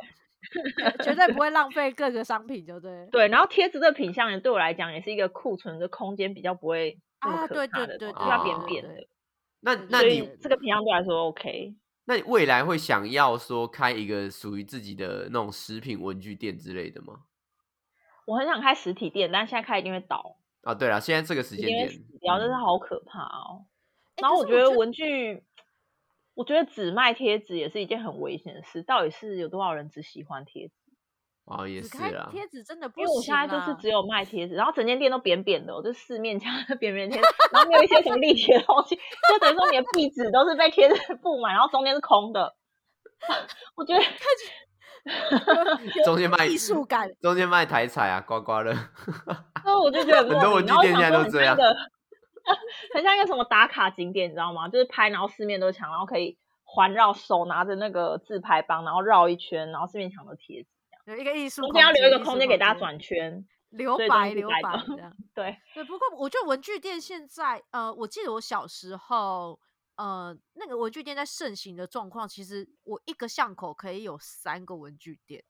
S1: 绝对不会浪费各个商品，就对。
S3: 对，然后贴纸的品相也对我来讲也是一个库存的空间比较不会那么
S1: 啊
S3: 可
S1: 对
S3: 怕
S1: 对
S3: 的
S1: 对
S3: 东
S2: 对
S3: 西，就
S2: 对
S3: 要扁
S2: 对
S3: 扁
S1: 对
S3: 的。
S2: 那哦那
S3: 所
S2: 你
S3: 以这个品相对我来说 OK。
S2: 那你未来会想要说开一个属于自己的那种食品文具店之类的吗？
S3: 我很想开实体店，但现在开一定会倒，
S2: 啊，对了，现在这个时
S3: 一
S2: 间
S3: 定会
S2: 点
S3: 死，掉，真是
S2: 嗯
S3: 好可怕哦。
S1: 诶
S3: 然
S1: 哎可
S3: 后我
S1: 是
S3: 觉得
S1: 觉
S3: 文具，我觉得只卖贴纸也是一件很危险的事。到底是有多少人只喜欢贴纸？
S2: 啊也
S1: 只
S2: 是
S1: 开
S2: 啦，
S1: 贴纸真的不
S3: 因
S1: 行啊
S3: 为我现在就是
S1: 啦
S3: 只有卖贴纸，然后整间店都扁扁的哦，我就四面墙的 (laughs) 扁扁贴纸，然后没有一些什么立体的东西，就等于说你的壁纸都是被贴纸布满，然后中间是空的。 (laughs) 我觉得
S2: 中间
S3: (laughs)
S2: 卖
S1: 艺术感，
S2: 中间卖台彩啊，刮刮乐， (laughs)
S3: 那我就觉得很莫
S2: 很多
S3: 名
S2: 文具
S3: 然后
S2: 店
S3: 想
S2: 现在
S3: 说
S2: 都
S3: 很
S2: 这
S3: 像
S2: 样
S3: 一个 (laughs) 很像一个什么打卡景点，你知道吗？就是拍，然后四面都是墙，然后可以环绕手拿着那个自拍棒，然后绕一圈，然后四面墙都贴纸，
S1: 有一个艺术空
S3: 中
S1: 间，
S3: 间要留一个
S1: 艺术
S3: 空间给大家
S1: 间
S3: 转圈。
S1: 留
S3: 所以
S1: 白
S3: 东西
S1: 留
S3: 改
S1: 白
S3: 的 (laughs)
S1: 这样。
S3: 对，
S1: 对，不过我觉得文具店现在，呃，我记得我小时候，呃，那个文具店在盛行的状况，其实我一个巷口可以有三个文具店，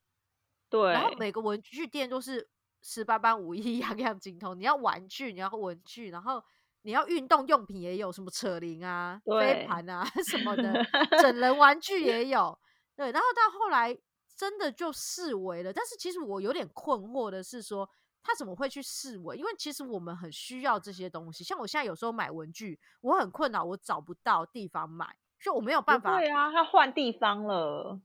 S3: 对，
S1: 然后每个文具店都是十八般武艺， (laughs) 样样精通。你要玩具，你要文具，然后你要运动用品也有，什么扯铃啊、飞
S3: 对
S1: 盘啊 (laughs) 什么的，
S3: (laughs)
S1: 整人
S2: (laughs)
S1: 玩具也有。对，然后到后来真的就视为了，但是其实我有点困惑的是说，他怎么会去试文？因为其实我们很需要这些东西。像我现在有时候买文具，我很困扰，我找不到地方买，所以我没有办法。
S3: 对啊，他换地方了。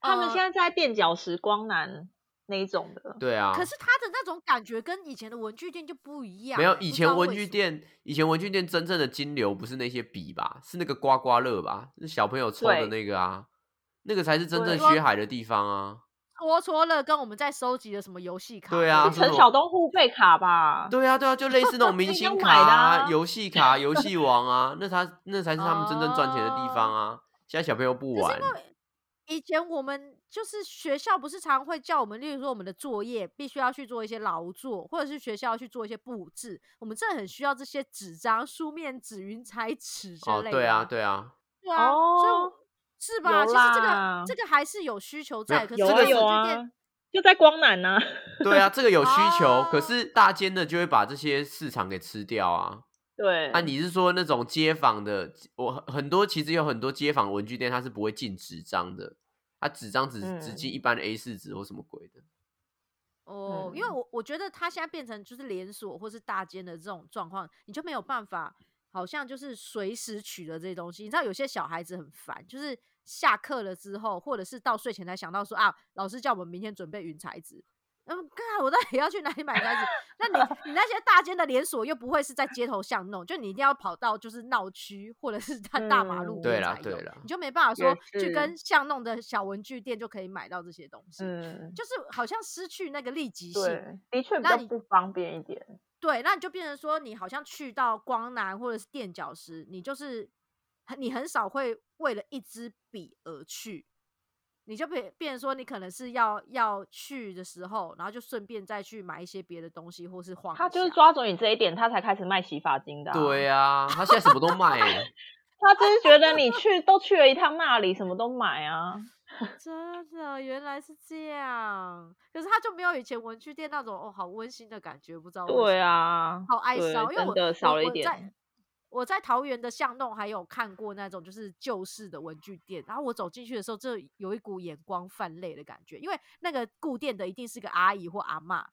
S3: 他们
S1: 呃
S3: 现在在垫脚石、光南那一种的，
S2: 对啊，
S1: 可是他的那种感觉跟以前的文具店就不一样。
S2: 没有
S1: 不
S2: 以
S1: 知
S2: 前
S1: 道
S2: 文
S1: 为
S2: 具
S1: 什么，
S2: 店，以前文具店真正的金流不是那些笔吧，是那个刮刮乐吧，是小朋友抽的
S3: 对
S2: 那个啊，那个才是真
S3: 对
S2: 正血海的地方啊。
S1: 戳戳乐跟我们在收集的什么游戏卡，
S2: 对啊
S3: 是陈晓东互背卡吧？
S2: 对啊，对啊，就类似那种明
S1: (laughs)
S3: 自己要
S2: 星
S3: 买
S2: 卡、
S3: 的
S2: 啊、
S3: 啊
S2: 游戏卡、游戏王啊，那他那才是他们真正赚钱的
S1: 哦
S2: 地方啊。现在小朋友不玩，
S1: 以前我们就是学校不是常会叫我们，例如说我们的作业必须要去做一些劳作，或者是学校要去做一些布置，我们真的很需要这些纸张、书面纸、云彩纸之
S2: 哦，
S1: 类的。
S2: 对啊，对啊，
S1: 对啊，所以我
S3: 哦
S1: 是吧？
S3: 有
S1: 其实这
S3: 啦
S1: 个这个还是有需求
S2: 没有
S1: 在，可是
S3: 有
S1: 这
S3: 啊
S1: 个
S3: 有
S1: 文具店
S3: 啊，就在光南呐、啊。
S2: 对啊，这个有需求，可
S1: 哦
S2: 是大间的就会把这些市场给吃掉啊。
S3: 对，
S2: 啊，你是说那种街坊的？我很很多其实有很多街坊文具店，它是不会进纸张的，它纸张只只
S3: 嗯
S2: 进一般的 A 四纸或什么鬼的。
S1: 哦，因为
S3: 嗯
S1: 我我觉得它现在变成就是连锁或是大间的这种状况，你就没有办法，好像就是随时取得这些东西。你知道有些小孩子很烦，就是下课了之后，或者是到睡前才想到说啊，老师叫我们明天准备云彩纸。嗯，看我到底要去哪里买云彩纸？那你你那些大间的连锁又不会是在街头巷弄，就你一定要跑到就是闹区或者是在大马路
S3: 嗯
S1: 边
S2: 对啦
S1: 才
S2: 对
S1: 有
S2: 啦
S1: 你就没办法
S3: 也
S1: 说去
S3: 是
S1: 跟巷弄的小文具店就可以买到这些东西。
S3: 嗯，
S1: 就是好像失去那个立即性。对，
S3: 对，的确比
S1: 那
S3: 较
S1: 你
S3: 不方便一点。
S1: 那你就变成说，你好像去到光南或者是垫脚石，你就是很你很少会为了一支笔而去，你就变变成说，你可能是要要去的时候，然后就顺便再去买一些别的东西，或是晃一下。
S3: 他就是抓准你这一点，他才开始卖洗发精的、
S2: 对、
S3: 哦
S2: 啊，他现在什么都卖、
S3: (laughs)
S2: 欸，
S3: 他就是觉得你去 (laughs) 都去了一趟那里，什么都买啊。
S1: 真的，原来是这样。可是他就没有以前文具店那种哦，好温馨的感觉，不知道为什
S3: 对
S1: 么。
S3: 啊，
S1: 好哀
S3: 对
S1: 伤，因为
S3: 真
S1: 我
S3: 的
S1: 我
S3: 少了一
S1: 我在
S3: 点。
S1: 我在桃园的巷弄还有看过那种就是旧式的文具店，然后我走进去的时候，就有一股眼光泛泪的感觉，因为那个顾店的一定是个阿姨或阿嬷，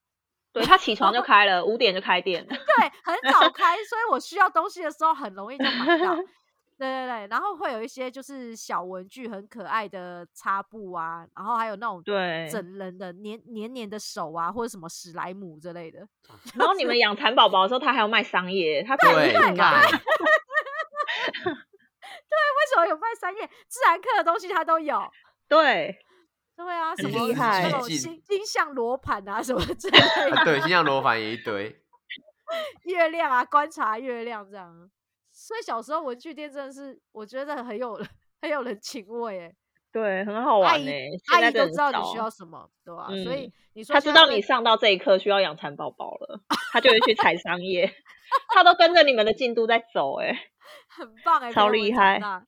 S3: 对他起床就开了，五点就开店。
S1: 对，很
S3: (laughs)
S1: 早开，所以我需要东西的时候很容易就买到。对对对，然后会有一些就是小文具，很可爱的擦布啊，然后还有那种
S3: 对，
S1: 整人的黏黏黏的手啊，或者什么史莱姆之类的。 (laughs)
S3: 然后你们养蚕宝宝的时候，他还要卖桑叶，他才
S2: 对，
S3: 很
S2: 干
S3: 啊。
S1: 为什么有卖三叶？自然课的东西它都有。
S3: 对，
S1: 对啊，什
S3: 很
S1: 么
S3: 厉害
S1: 那种
S2: 进
S1: 星星象罗盘啊，什么之类的，
S2: 对，新疆罗盘也一堆。
S1: 月亮啊，观察月亮这样。啊所以小时候文具店真的是，我觉得很有很有人情味哎、
S3: 对，很好
S1: 阿
S3: 玩
S1: 姨
S3: 呢、
S1: 阿
S3: 现
S1: 姨
S3: 在
S1: 都
S3: 真
S1: 知
S3: 的
S1: 道
S3: 很
S1: 你需
S3: 少
S1: 要什么，对吧、所以
S3: 嗯
S1: 你说
S3: 他
S1: 现
S3: 知
S1: 在
S3: 道
S1: 对
S3: 你上到这一刻需要养蚕宝宝了，他就会去采桑叶， (laughs) 他都跟着你们的进度在走、欸，哎，
S1: 很棒哎、
S3: 超
S1: 陪我
S3: 厉
S1: 们长
S3: 害
S1: 大。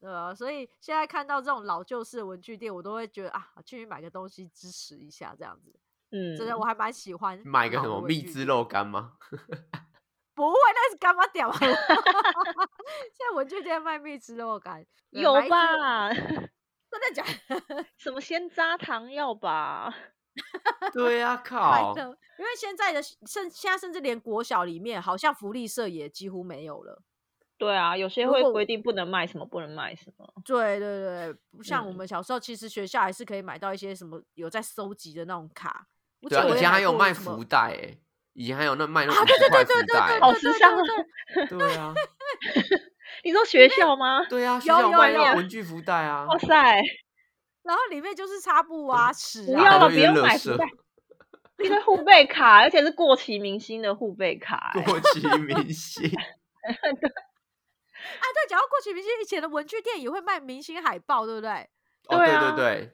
S1: 对啊，所以现在看到这种老旧式的文具店，我都会觉得啊，去买个东西支持一下这样子。
S3: 嗯，
S1: 真的，我还蛮喜欢
S2: 买个
S3: 哦
S1: 老
S2: 什
S1: 的
S2: 么
S1: 文
S2: 蜜
S1: 具
S2: 汁
S1: 店
S2: 肉干吗？
S1: 不会，那是干嘛屌
S2: (laughs)
S1: 啊！现在文具店卖蜜汁肉干，对
S3: 有？
S1: 买一支肉
S3: 吧？ (laughs)
S1: 真的假的？
S3: 什么鲜渣糖药吧？
S2: 对
S3: (laughs)
S2: 啊，靠
S1: 买，的，因为现在的甚现在甚至连国小里面，好像福利社也几乎没有了。
S3: 对啊，有些
S1: 如
S3: 会
S1: 果
S3: 规定不能卖什么，不能卖什么。
S1: 对对对，不像我
S3: 哦嗯
S1: 们小时候，其实学校还是可以买到一些什么有在收集的那种卡。我记
S2: 对啊，
S1: 得我
S3: 欸
S2: 以
S1: 也
S2: 前还
S1: 买
S2: 有
S1: 过
S2: 卖
S1: 什么
S2: 福袋、欸，以前还有那卖那
S1: 啊
S2: 五十块福袋、
S3: 好
S2: 欸，
S3: 时尚啊
S2: 对啊，
S3: 你说学校
S1: 嗯
S3: 吗？
S2: 对
S3: (laughs)
S2: 啊，学
S1: 有
S2: 校
S1: 有
S2: 卖
S1: 有
S2: 那种文具福袋啊，
S3: 哇塞，
S1: 然后里面就是擦布啊、屎
S3: 不
S1: 啊
S3: 要，了，
S2: 都
S3: 不
S2: 有
S3: 用
S2: 垃
S3: 买
S2: 圾
S3: 福袋，一堆护背卡，而且是过期明星的护背卡、欸。
S2: 过期
S3: (laughs)
S2: 明星，
S1: 啊，对，讲到过期明星，以前的文具店也会卖明星海报，对不对？
S2: 哦，
S3: 对
S2: 对
S3: 啊
S2: 对对，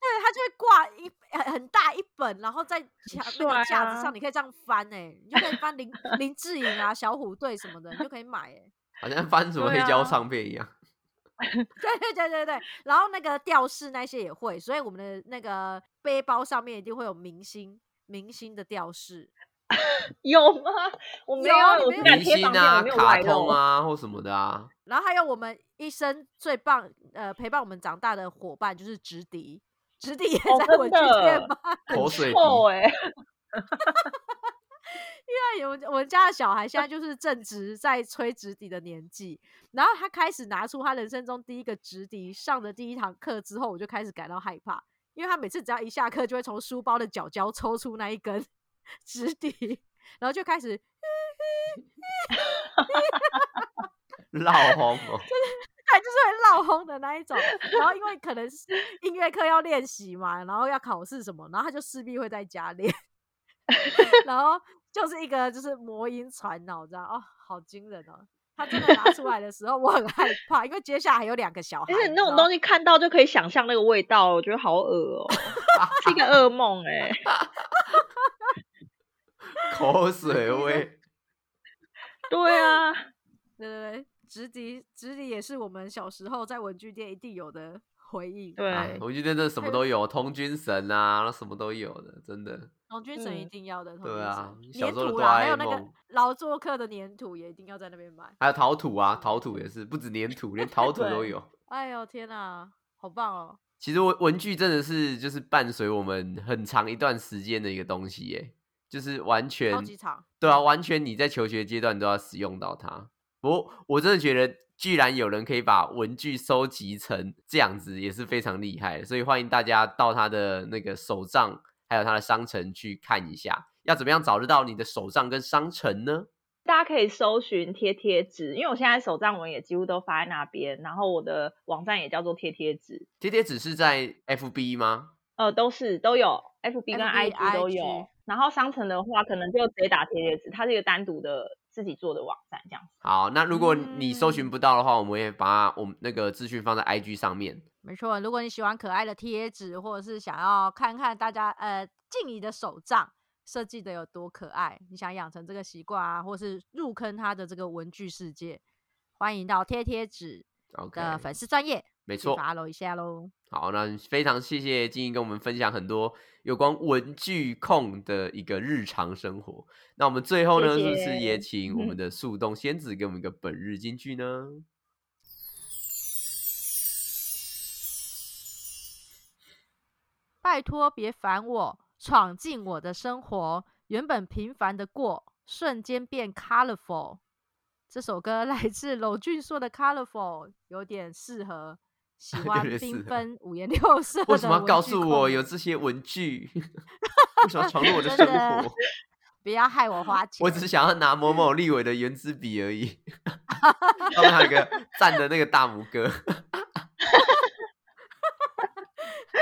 S1: 对，它就会挂一很很大一本，然后在墙那个
S3: 帅
S1: 架子上，
S3: 啊
S1: 你可以这样翻哎、你就可以翻
S3: (laughs)
S1: 林林志颖啊、小虎队什么的，你就可以买哎、
S2: 好像翻什么黑
S3: 对
S2: 胶
S3: 啊
S2: 唱片一样。
S1: 对 (laughs) 对对对对，然后那个吊饰那些也会，所以我们的那个背包上面一定会有明星明星的吊饰，
S3: 有吗？我没
S1: 有啊你
S3: 我
S1: 没
S3: 只
S1: 有
S3: 敢
S2: 明
S3: 贴
S2: 星
S3: 房间，我
S2: 啊、
S3: 没有哦
S2: 卡
S3: 外
S2: 通
S3: 露。
S2: 啊或什么的啊。
S3: (laughs)
S1: 然后还有我们一生最棒呃陪伴我们长大的伙伴就是直笛，直笛也
S3: 哦
S1: 在
S3: 真
S1: 文具店
S3: 的
S1: 吗？
S2: 口水 (laughs)
S3: 臭
S1: 啊
S2: 鼻，
S3: 哎、
S1: 因为我我们家的小孩现在就是正值在吹直笛的年纪，然后他开始拿出他人生中第一个直笛上的第一堂课之后，我就开始感到害怕，因为他每次只要一下课，就会从书包的角角抽出那一根 (laughs) 直笛，然后就开始
S2: 闹哄
S3: (laughs)
S2: 哦，
S1: 对， (laughs) 就是会闹哄的那一种。然后因为可能是音乐课要练习嘛，然后要考试什么，然后他就势必会在家
S3: (laughs)
S1: 练，然后就是一个就是魔音传脑，这样哦，好惊人哦。他真的拿出来的时候，我很害怕，因为接下来还有两个小孩，
S3: 而且
S1: 你
S3: 那
S1: 知
S3: 种
S1: 道
S3: 东西看到就可以想象那个味道，我觉得好
S1: (laughs)
S3: 恶哦，是一个噩梦哎、
S2: 口水味。
S3: 对啊，
S1: 对对对，直笛直笛也是我们小时候在文具店一定有的回忆。
S3: 对
S2: 啊我觉得这什么都有，童军神啊，什么都有的，真的。
S1: 童军绳一
S3: 嗯
S1: 定要的，童
S2: 对
S1: 军
S2: 啊
S1: 绳
S2: 小
S1: 粘
S2: 时候的
S1: 土
S2: 哆
S1: 啦，
S2: 啦
S1: 还有
S2: A
S1: 那个
S2: 梦
S1: 劳作课的粘土也一定要在那边买。
S2: 还有陶土啊，陶土也是，不止粘
S3: (laughs)
S2: 土，连陶土都
S3: 对
S2: 有。
S1: 哎呦天哪、好棒哦！
S2: 其实文文具真的是就是伴随我们很长一段时间的一个东西耶，就是完全
S1: 超级长，
S2: 对啊，完全你在求学阶段都要使用到它。不过我真的觉得，居然有人可以把文具收集成这样子，也是非常厉害的。所以欢迎大家到他的那个手账，还有他的商城去看一下。要怎么样找得到你的手账跟商城呢？
S3: 大家可以搜寻贴贴纸，因为我现在手账文也几乎都发在那边，然后我的网站也叫做贴贴纸，
S2: 贴贴只是在 FB 吗？
S3: 呃，都是都有，FB 跟
S1: FB
S3: IG 都
S1: IG
S3: 有。然后商城的话，可能就直接打贴贴纸，它是一个单独的自己做的网站这样子。
S2: 好，那如果你搜寻
S1: 嗯
S2: 不到的话，我们也把我们那个资讯放在 IG 上面。
S1: 没错。如果你喜欢可爱的贴纸，或者是想要看看大家呃静怡的手账设计的有多可爱，你想养成这个习惯啊，或是入坑他的这个文具世界，欢迎到贴贴纸
S2: OK，
S1: 的粉丝专业
S2: 没
S1: 去
S2: 错。
S1: follow 一下喽。
S2: 好，那非常谢谢金英跟我们分享很多有关文具控的一个日常生活。那我们最后呢，
S3: 谢
S2: 是不是
S3: 谢
S2: 也请我们
S3: 嗯
S2: 的速冻仙子给我们一个本日金句呢？
S1: 拜托别烦我，闯进我的生活。原本平凡的过，瞬间变 colorful。这首歌 (laughs) 来自娄俊硕的《colorful》，有点适
S2: (laughs)
S1: 合喜
S2: 有
S1: 欢
S2: 点适
S1: 缤
S2: 合
S1: 纷、五颜六色的。
S2: 为什么要告诉我有？这些文具？ (laughs) 为什么要闯入我的
S1: 真
S2: 生
S1: 的 (laughs)
S2: 活？
S1: 不要害我花钱。
S2: (laughs) 我只想要拿某某立伟的圆珠笔
S1: (laughs)
S2: 而已。上面还有一个站的那个大拇哥，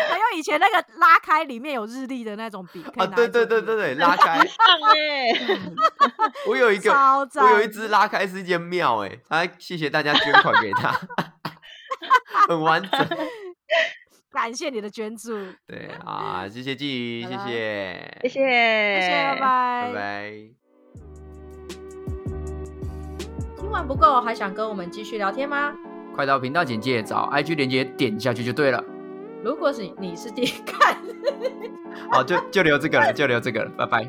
S1: 还有以前那个拉开里面有日历的那种
S2: (laughs)
S1: 笔，可以
S2: 啊，
S1: 拿
S2: 对
S1: 来
S2: 对
S1: 做
S2: 对
S1: 笔
S2: 对
S1: 记，
S2: 对，拉开，
S3: 上 (laughs) 哎、
S2: 我有一个，
S1: 超
S2: 我有一
S1: 赞
S2: 只拉开是一间庙，哎，啊，谢谢大家捐款给他， (laughs) 很完整。
S1: 感谢你的捐
S2: (laughs)
S1: 助，谢
S2: 对啊，谢谢季宇，
S1: 好
S2: 谢
S1: 啦
S2: 谢，
S3: 谢谢，谢
S1: 谢，拜
S2: 拜
S1: 拜。
S2: 拜。
S1: 听完不够，还想跟我们继续聊天吗？
S2: 快到频道简介找 IG 连接点下去就对了。
S1: 如果是你是第一看。 (laughs)
S2: 好，就就留这个了，就留这个了，拜拜。